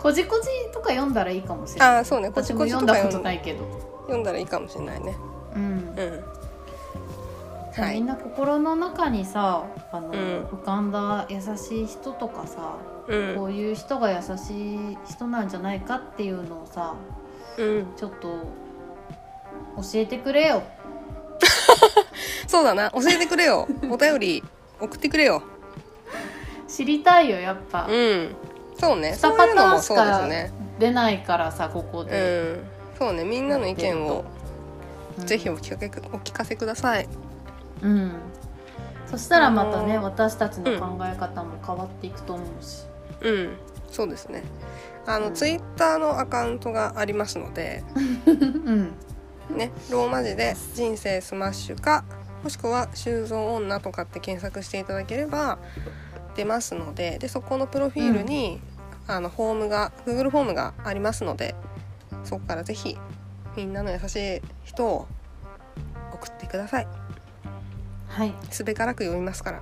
こじこじとか読んだらいいかもしれない。
ああそうねこ
私
じ
も
こじ
読
と
ん
か
だこと
読ん
ないけど。
読んだらいいかもしれないね
うん。
うん
じゃあ
はい
みんな心の中にさ、あの、
うん
浮かんだ優しい人とかさ、
うん
こういう人が優しい人なんじゃないかっていうのをさ、
うん
ちょっと教えてくれよ。
そうだな教えてくれよお便り送ってくれよ
知りたいよやっぱ。
うんそうね
二
そういう
パタ
の
ー
も
ンし
そうです
か
ね
出ないからさここ
う
で、
んそうねみんなの意見を
うん
ぜひお聞かせくお聞かせください
うんそしたらまたね
あの
私たちの考え方も変わっていくと思うし、
うんそうですねあの、
うん
ツイッターのアカウントがありますので
うん、
ねローマ字で「人生スマッシュか」もしくは「修造女」とかって検索していただければ出ますのででそこのプロフィールに、あのフォームが Google フォームがありますのでそこからぜひみんなの優しい人を送ってください
はい
すべからく読みますから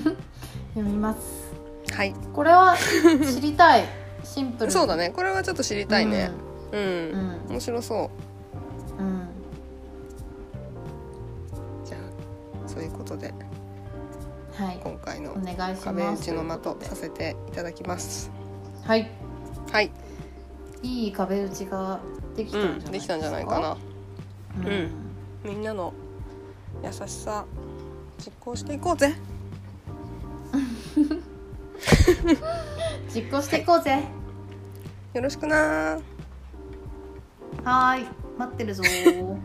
読みます
はい
これは知り
(laughs)
たいシンプル
そうだねこれはちょっと知りたいねうん、
うんうん
面白そう
うん
じゃあそういうことで
はい
今回の
お願いします
壁打ちの間
とい
と
うこと
させていただきます
ではい
はい、
いい壁打ちができた
うん
じゃ
ん、
ない
で
で
き
す
たんじゃないかな
うん、
うんみんなの優しさ実行していこうぜ
実行していこうぜ
よろしくな
はーい待ってるぞー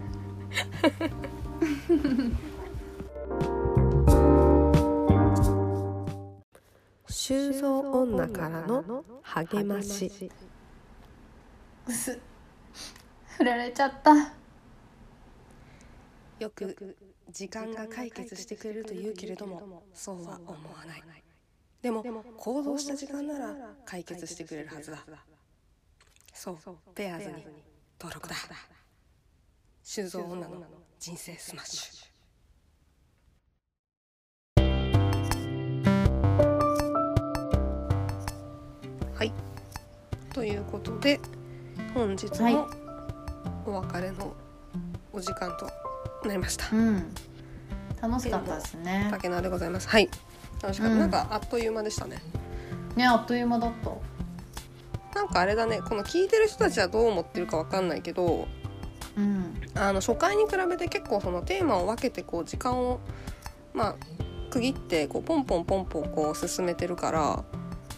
修造女からの励まし
うす振られちゃった
よく時間が解決してくれると言うけれどもそうは思わないでも行動した時間なら解決してくれるはずだそうペアーズに登録だ修造女の人生スマッシュはいということで本日
はい
もお別れのお時間となりました
うん楽しかったですね
竹菜でございますはい楽しかった、
うん
なんかあっという間でしたね
ねあっという間だった
なんかあれだねこの聞いてる人たちはどう思ってるかわかんないけど
うん
あの初回に比べて結構そのテーマを分けてこう時間をまあ区切ってこうポンポンポンポンこう進めてるから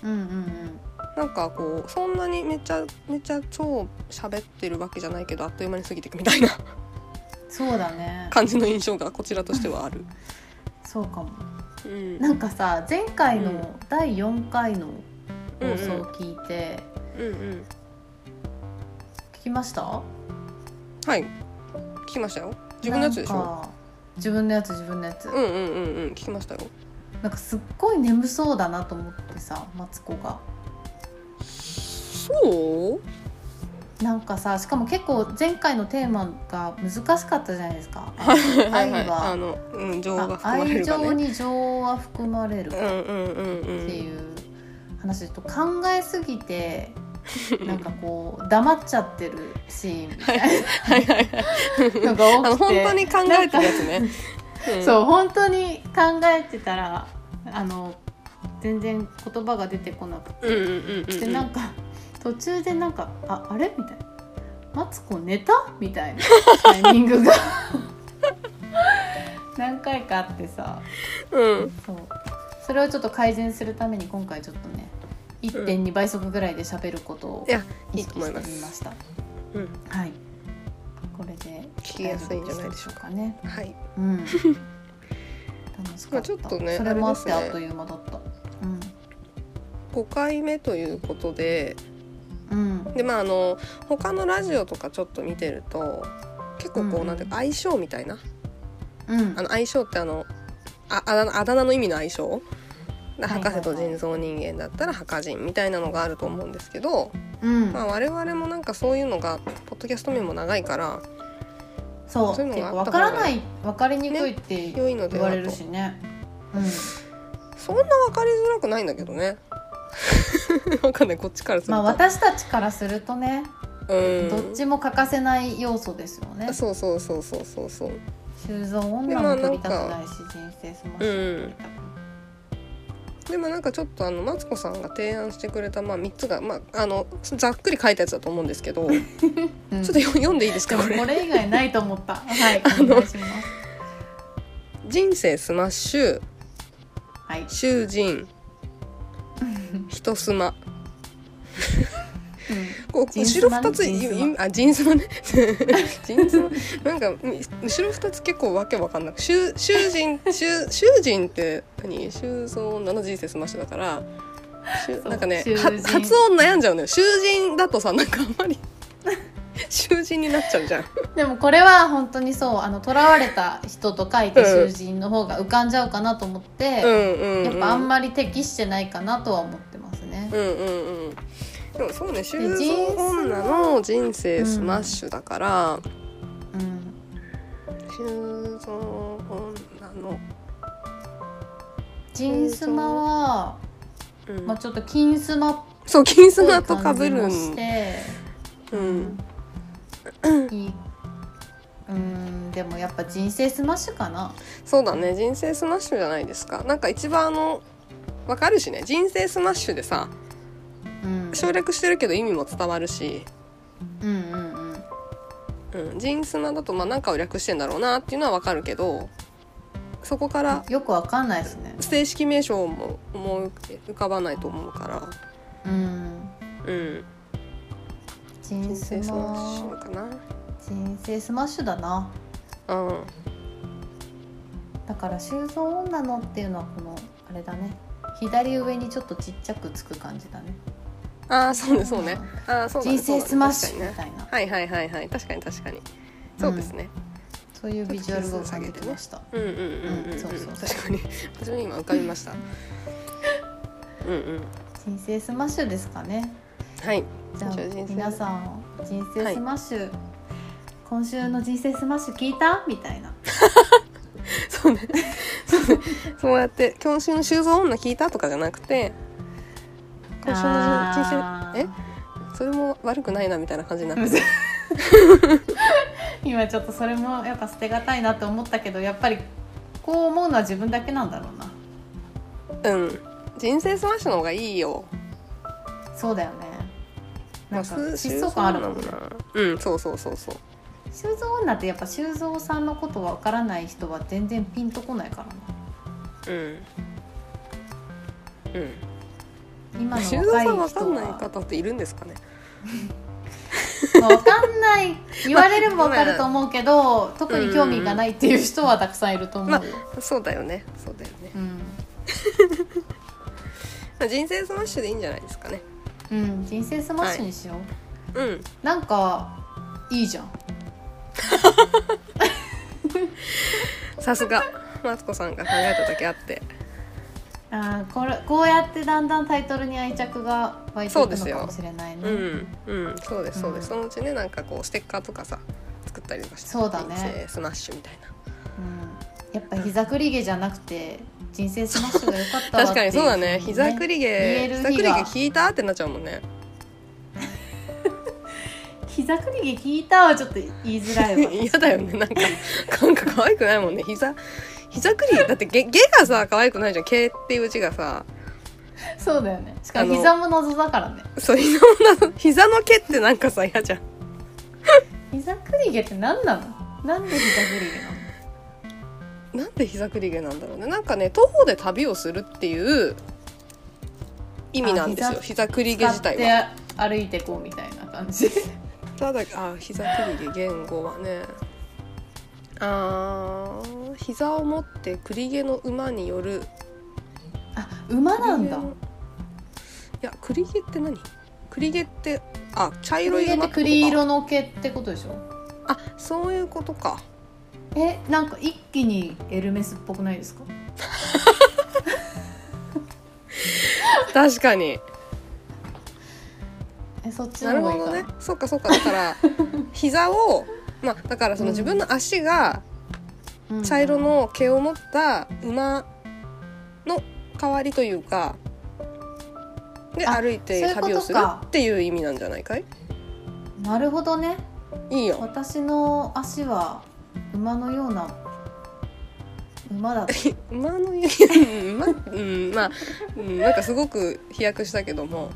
うんうん
なんかこうそんなにめちゃめちゃ超喋ってるわけじゃないけどあっという間に過ぎていくみたいな (laughs)
うんそうだね
感じの印象がこちらとしてはある。
そうかも
うん
なんかさ前回
う
の第4回の
う
放
んうん
送を聞いて、
うんうん
聞きました
はい聞きましたよ自分のやつでし
なん
ょ
か自分のやつ自分のやつ、
うんうんうんうん聞きましたよ
なんかすっごい眠そうだなと思ってさマツコが
そう
なんかさしかも結構前回のテーマが難しかったじゃないですか
はいはい
愛は
あの、うん、情
あ
が含まれ
愛
るか
情
ね。
に情は含まれる
うんうんうんう
って
ん。
いう話と考えすぎ
(laughs)
てなんかこう黙っちゃってるシーンみたい
はいはいはい。
なのが
あの
多く
本
て
当に考えてるやつね。うん
そう本当に考えてたらあの全然言葉が出てこなく
うんうんうんうん。
てなんか途中でなんか「ああれ?」みたいな「マツコ寝た?」みたいなタイミン
(laughs)
グが何回かあってさ
うん。
そうそれをちょっと改善するために今回ちょっとね1.2倍速ぐらいで喋ることを
いやい
意
い
識
と思い
して
ま。
みますした。
うん。
はい。これで
聞きやすいんじゃないでしょう
かね。
はい。
うん。楽し
ま
か
あ
った。
ちょっとね
それもあって
あ
あ
れ
っ
です
という間だった。
五回目ということで、
うん。うん。
でまああの他のラジオとかちょっと見てると、結構こ
う
うんなんていうか相性みたいな。
うん
あ。の相性ってあのああだ名あだ名の意味の相性。だ
はいはい
博士と人造人間だったら博人みたいなのがあると思うんですけど、
うん。
まあ、我々もなんかそういうのがポッドキャスト名も長いから
そう。
そういうの
結構
があっ
わ
た
か
方が
らない、わかりにくいって
良いので
言
は
わ
と
れるしね。
そんな分かりづらくないんだけどね (laughs) わかんないこっちからすると、
まあ私たちからするとね、
うん、
どっちも欠かせない要素ですよね
そうそうそうそうそうそう
修造女も取りたくないし人生済まし
うんでもなんかちょっとあのマツコさんが提案してくれたまあ3つがまああのざっくり書いたやつだと思うんですけどちょ
うん
っとよ読んでいいです
で
か
も
これ
これ以外ないと思
(laughs)
ったはい
あ
お
の
願いします
人生スマッシュ
はい
囚人人スマこう
人ス
後
マ
ろ
ね
2つ
人スマ
いいあ人スマね (laughs) 人スマなんかみ後ろ2つ結構わけわかんなく囚囚人囚囚人って何囚僧女の人生スマッシュだから囚
そう
なんかね
囚人
は発音悩んじゃうのよ囚人だとさなんかあんまり (laughs) 囚人になっちゃうじゃん
うんでもこれは本当にそうあの囚われた人と書いて囚人の方が浮かんじゃうかなと思って、
うんうん、うん、
やっぱあんまり適してないかなとは思ってますね。
うんうんうんでもそうね囚
人
僧
生
女の人生スマッシュだから、
うん、
囚僧女の
ジンスマは、
うん
まあ、ちょっと金スマっ
そう金ス
ぽ
マ
い
とか
感
ぶ
じ
る
も
ん
して、
うん、
いいうんでもやっぱ人生スマッシュかな。
そうだね人生スマッシュじゃないですかなんか一番あのわかるしね人生スマッシュでさ
うん、
省略してるけど意味も伝わるし、
うんうんうん
うん、人スマだとまあ何かを略してんだろうなっていうのはわかるけどそこから
よくわかんないですね。
正式名称も思い浮かばないと思うか
うん、
ら、うん、
人
人
生
生ス
ス
マ
マ
ッシュかな。
人生スマッシュだな。
うん、
だから修造女のっていうのはこのあれだね。左上にちょっとちっちゃくつく感じだね。
ああそうねそうね。ああそうだね
人生スマッシ
そう
ュみ
だね
た
確か
いな、
にね。はいはいはいはい確かに確かに。そうですね。
そういうビジュアルが浮かんできました。
うんうんうんうん、う、
うんんそうそう
確かに私も今浮かびました。うんうん
人生スマッシュですかね。
はい。
じゃあ
じゃあ人生
皆さん人生スマッシュ、今週の人生スマッシュ聞いたみたいな。
そうね。そうねそうやって今週の修造女聞いたとかじゃなくて。今週の人
あ
生
ー
えそれも悪くないなみたいな感じにな (laughs) ってる
今ちょっとそれもやっぱ捨てがたいなと思ったけどやっぱりこう思うのは自分だけなんだろうな
うん人生スマッシュの方がいいよ
そうだよねなんか
まあ
疾走感あるもんね
修造女もなうんそうそうそうそう
修造女ってやっぱ修造さんのことわからない人は全然ピンとこないからな
うん。うん。
今
修
の
造
若
さ
い
んわ
人
かんない
は
方っているんですかね。
まあわかんない言われればわかると思うけ
(laughs)
ど特に興味がないっていう人はたくさんいると思うよ、
そうだよね。そうだよね。
うん
まあ人生スマッシュでいいんじゃないですかね。
うん、人生スマッシュにしよう、
うん。
なんかいいじゃん
さすが。マツコさんが考えただけあって。
あーこれこうやってだんだんタイトルに愛着が湧いてい
そう
く
です
の
よ
かもしれないね
うん。うん。そうです。そうです。
う
そのうちね、なんかこうステッカーとかさ。作ったりとかして。
そうだね
人生スマッシュみたいな。
うんやっぱ膝くり毛じゃなくて人生スマッシュが良かったわっ
確
て
か
い
にそうだね。膝くり毛。
言える日
膝
が
くり毛聞いたってなっちゃうもんね。
膝くり毛聞いたはちょっと言いづらいわ
(laughs) 嫌だよね。なんか。なんか可愛くないもんね。膝。膝くりだって、げ、げがさ、可愛くないじゃん。毛っていう字がさ。
そうだよねしか
あ
も
の
膝も謎だからね
そう膝の膝の毛ってなんかさ嫌じゃん
膝くり毛って何なのなんで膝くり毛なの
なんで膝くり毛なんだろうねなんかね徒歩で旅をするっていう意味なんですよ
あ
膝くり毛自体は
使って歩いてこうみたいな感
(laughs)
じ
ただあ膝くり毛言語はねあー膝を持ってくり毛の馬による
あ馬なんだ
栗毛のいやくり毛って何くり毛ってあ茶色
栗
い
毛って
馬ってことか
栗色の毛ってことでしょ
あそういうことか
えなんか一気にエルメスっぽくないですか
確かに
えそっち
な
の
る
方がい
ほ
いか
ど
な
ね。そっかそっか。だ
(laughs)
から膝をまあだからその自分の足が
うん
茶色の毛を持った馬の代わりというか、で
あ
歩いて
そういうことか
旅をするっていう意味なんじゃないかい
なるほどね
いいよ
私の足は馬のような馬
(laughs)
だった
馬
(laughs)
の意味馬うんまあうんなんかすごく飛躍したけども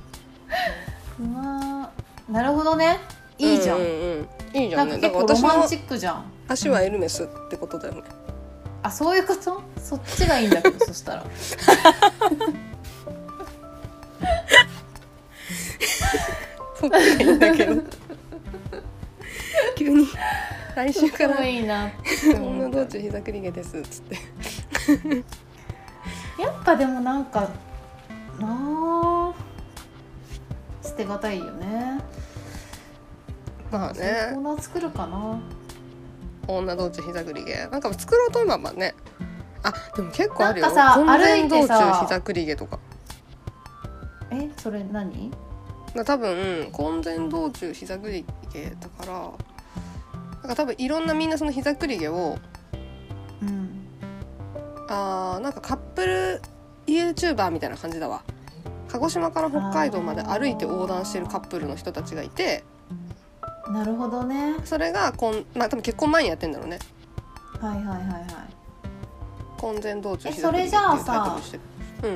馬なるほどねいいじゃん、
うううんいいじゃ
なんんか結
ねだから
構ロ
私の
マンチックじゃん
足はエルメスってことだよね
あそういうことそっちがいいんだけ
(laughs)
どそしたら
そっちがいいんだけど急に来週か
すご
ら
いいなって
「
思
女
った
道中膝くり毛です」っつって
やっぱでもなんかなあ捨てがたいよね
まあ
そういうコ
ね
ーナー作るかな
女道中膝くり毛なんか作ろうと今はねあでも結構あるよ
なんかさ
婚前
歩いてさ
道中膝くり毛とか
えそれ何
だから多分婚前道中膝くり毛だからなんか多分いろんなみんなその膝くり毛を
うん
あーなんかカップル YouTuber みたいな感じだわ鹿児島から北海道まで歩いて横断してるカップルの人たちがいて
なるほどね
それがこん、まあ、多分結婚前にやってんだろうね
はいはいはいはい
婚前道中
え
膝
そ
栗
れ
毛
じゃあ
っていうタイトルにしてる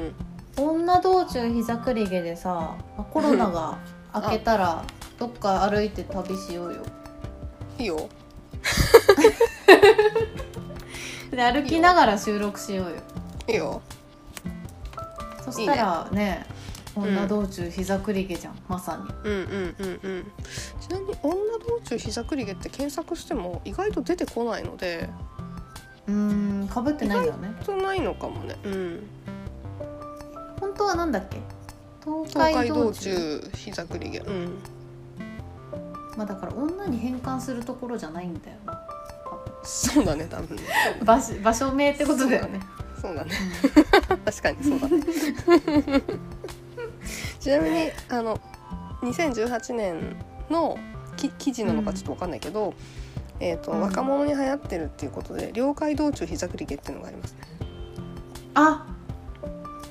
うん
女道中膝くり毛でさコロナが明けたらどっか歩いて旅しようよ
いいよ
で歩きながら収録しようよ
いいよ
そしたらね女道中膝くり毛じゃん、まさに
うんうんうんうんちなみに女道中膝栗毛って検索しても意外と出てこないので
うーんかぶってないんだよね
そうないのかもねうん
本当はなんだっけ東海
東海
道
道
中
中膝栗毛うん
まあだから女に変換するところじゃないんだよな
そうだね多分ね
場所場所名ってことだよね
そうだね確かにそうだね (laughs) ちなみにあの2018年のき記事なのかちょっとわかんないけど、えーと
うん
若者に流行ってるっていうことで「了解道中膝栗毛」っていうのがありますね
あ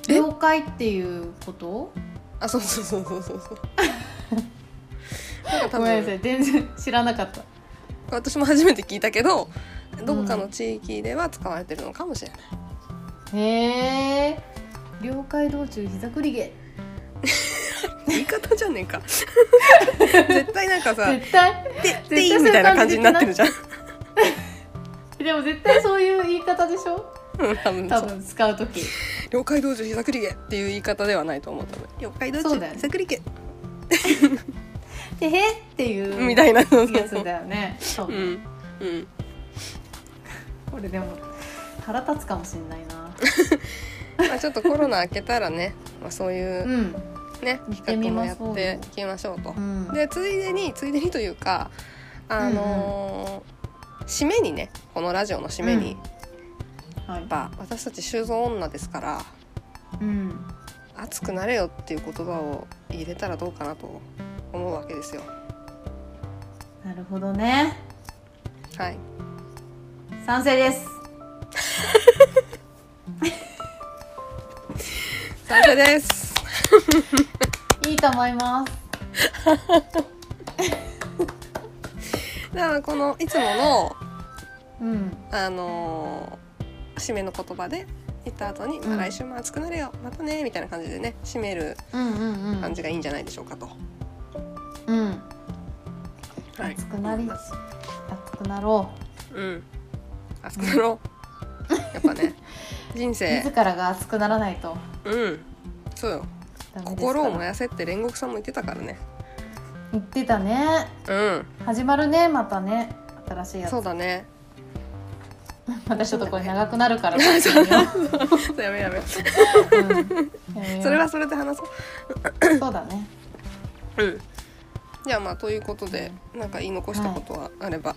え
了解っていうこと
あそうそうそうそうそうそうなんか多
ごめんなさ
分
い全然知らなかった
私も初めて聞いたけどどこかの地域では使われてるのかもしれない、
へえ了解道中膝くり毛
言い方じゃね (laughs) えか絶対なんかさ「
絶対
て
絶対
てい」みたいな感じになってるじゃん
でも絶対そういう言い方でしょ
うん多分そ
多
う
分使う時
了解道中膝栗毛っていう言い方ではないと思う多分了解道
そ
中
うだよね
膝栗毛
でへっていう
みたいなそうそう
やつだよね多
う
分
んうん
これでも腹立つかもしんないな
まあちょっとコロナ明けたらね、まあ、そうい
う
う
ん
ね
行って
企画
み
も
ま
や
しょう
っていきましょうと
う。ん
でついでについでにというかあのー締めにねこのラジオの締めに、
うん
や
はい
っぱ私たち修造女ですから
うん
熱くなれよっていう言葉を入れたらどうかなと思うわけですよ。
なるほどね (laughs)
はい
賛成です
賛成です。
いいと思います
ではこのいつもの
うん
あのー締めの言葉で言った後に、ま
う
あ、
ん
来週も暑くなるよまたねみたいな感じでね締める
うんうんうん
感じがいいんじゃないでしょうかと、
うん
はい
暑くなり
思います
熱くなろ
うん暑くなろうやっぱね人
う
生
(laughs) 自らが熱くならないと
うんそうよ
ダメですから
心を燃やせって煉獄さんも言ってたからね
言ってたね
うん
始まるねまたね新しいやつ
そうだね (laughs)
またちょっとこれ長くなるから
(laughs) そうやめやめ
う
(laughs)
ん
それはそれで話そ
そうだね
ううんじゃあまあということでなんか言い残したことはあれば、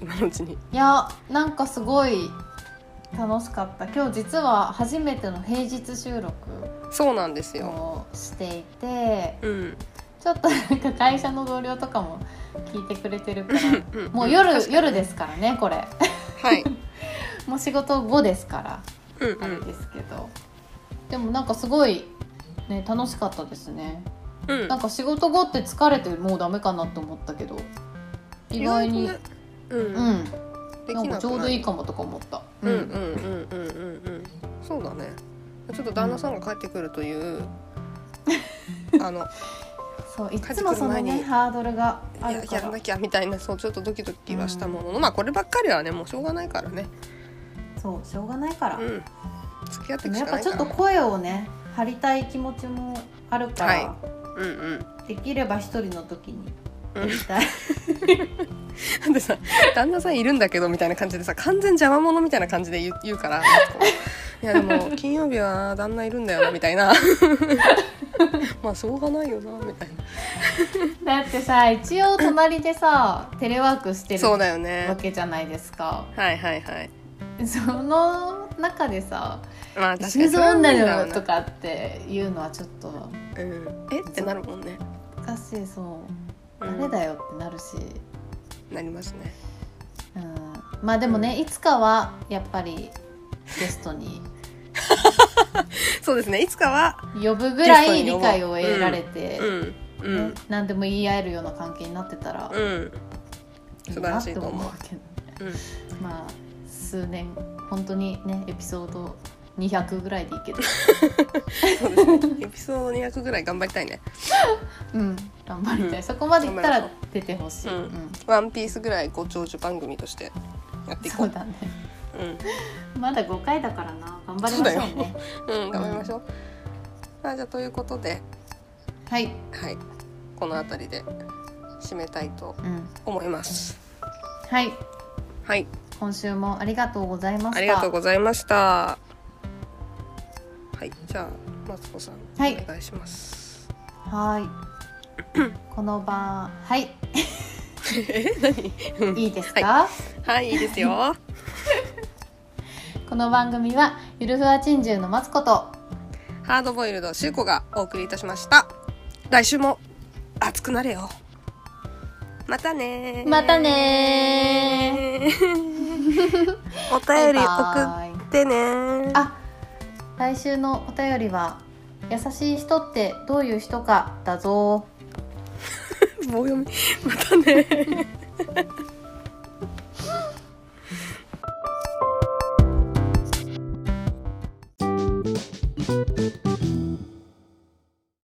今のうちに
いやなんかすごい楽しかった今日実は初めての平日収録
そうなんですよ
をしていて
うん
ちょっとなんか会社の同僚とかも聞いてくれてるから
うん
もう夜
確かに
夜ですからねこ
(laughs)
れ (laughs)
はい
もう仕事後ですから
うんう
あれ
ん
ですけど、でもなんかすごいね楽しかったですね
うん
なんか仕事後って疲れてもうダメかなって思ったけど意外に、
ねうん
うん
でき
な
なんく
か
な
ちょうどいい
い
かもとか思った
うんうんうんうんうんうんそうだねちょっと旦那さんが帰ってくる
(laughs)
という、あの
そうい
帰って
つ
く
も
る
その
前に
ねハードルがあ
い
る
や
か
や
ら
んなきゃみたいなそうちょっとドキドキはしたものの、まあこればっかりはねもうしょうがないからね
そうしょうがないから、
うん付き合って
でも
いくし
やっ
かな
ぱ
い
ち
か
ょっ
ら
と声をね張りたい気持ちもあるから、
はうんうん
できれば一人の時に
う
や
ん
りたい、
だってさ旦那さんいるんだけどみたいな感じでさ完全邪魔者みたいな感じで言う言うからいやでも金曜日は旦那いるんだよなみた
(laughs)
いなまあしょうがないよなみたいな
(laughs) だってさ一応隣で (laughs) さテレワークしてる
そうだよ
わ
ね
けじゃないですか
はいはいはい
その中でさ
まあ
「
確か
修
に
造女
だ
だ
ろう
よ」
な
とかっていうのはちょっと
うん、えってなるもんね、
難しいそう
う
誰だよってなるし、
なりますね
うん、まあでもね、いつかはやっぱりゲストに
そうですねいつかは
呼ぶぐら
ゲスト
い
に
理
呼ぼう
解を得られて、
うんう
ね
ん
何でも言い合えるような関係になってたら
う、ん
いい
素晴
な
ら
っ
しい
て
と思う
思うけど、
うん
まあ数年本当にねエピソード200ぐらいでいいけど、
(laughs) そうですねエピソード200ぐらい頑張りたいね
うん、頑張りたい、
うん
そこまでいった
頑
ら
張
出てほしい、
うん
うん
ワンピースぐらいご長寿番組としてやっていこ
そう
う
だね
うん
まだ5回だからな頑張りましょうね
うん、頑張りましょう。まあ、じゃあということで、
はい、
はい、この辺りで締めたいと
うん、
思います。
はい
はい、
今週もありがとうございました
ありがとうございました。はい、じゃあマツコさん、
はい
お願いします。
はい。
(coughs)
この番、はい、
え、何？
いいですか、
(laughs) はい、いいですよ。
この番組はゆるふわ珍獣のマツコと
ハードボイルドシュウコがお送りいたしました。来週も熱くなれよ。またねー。
またね
(laughs) お便り送
バイバイ
ってねー。
あ、来週のお便りは優しい人ってどういう人かだぞ
棒読みまたね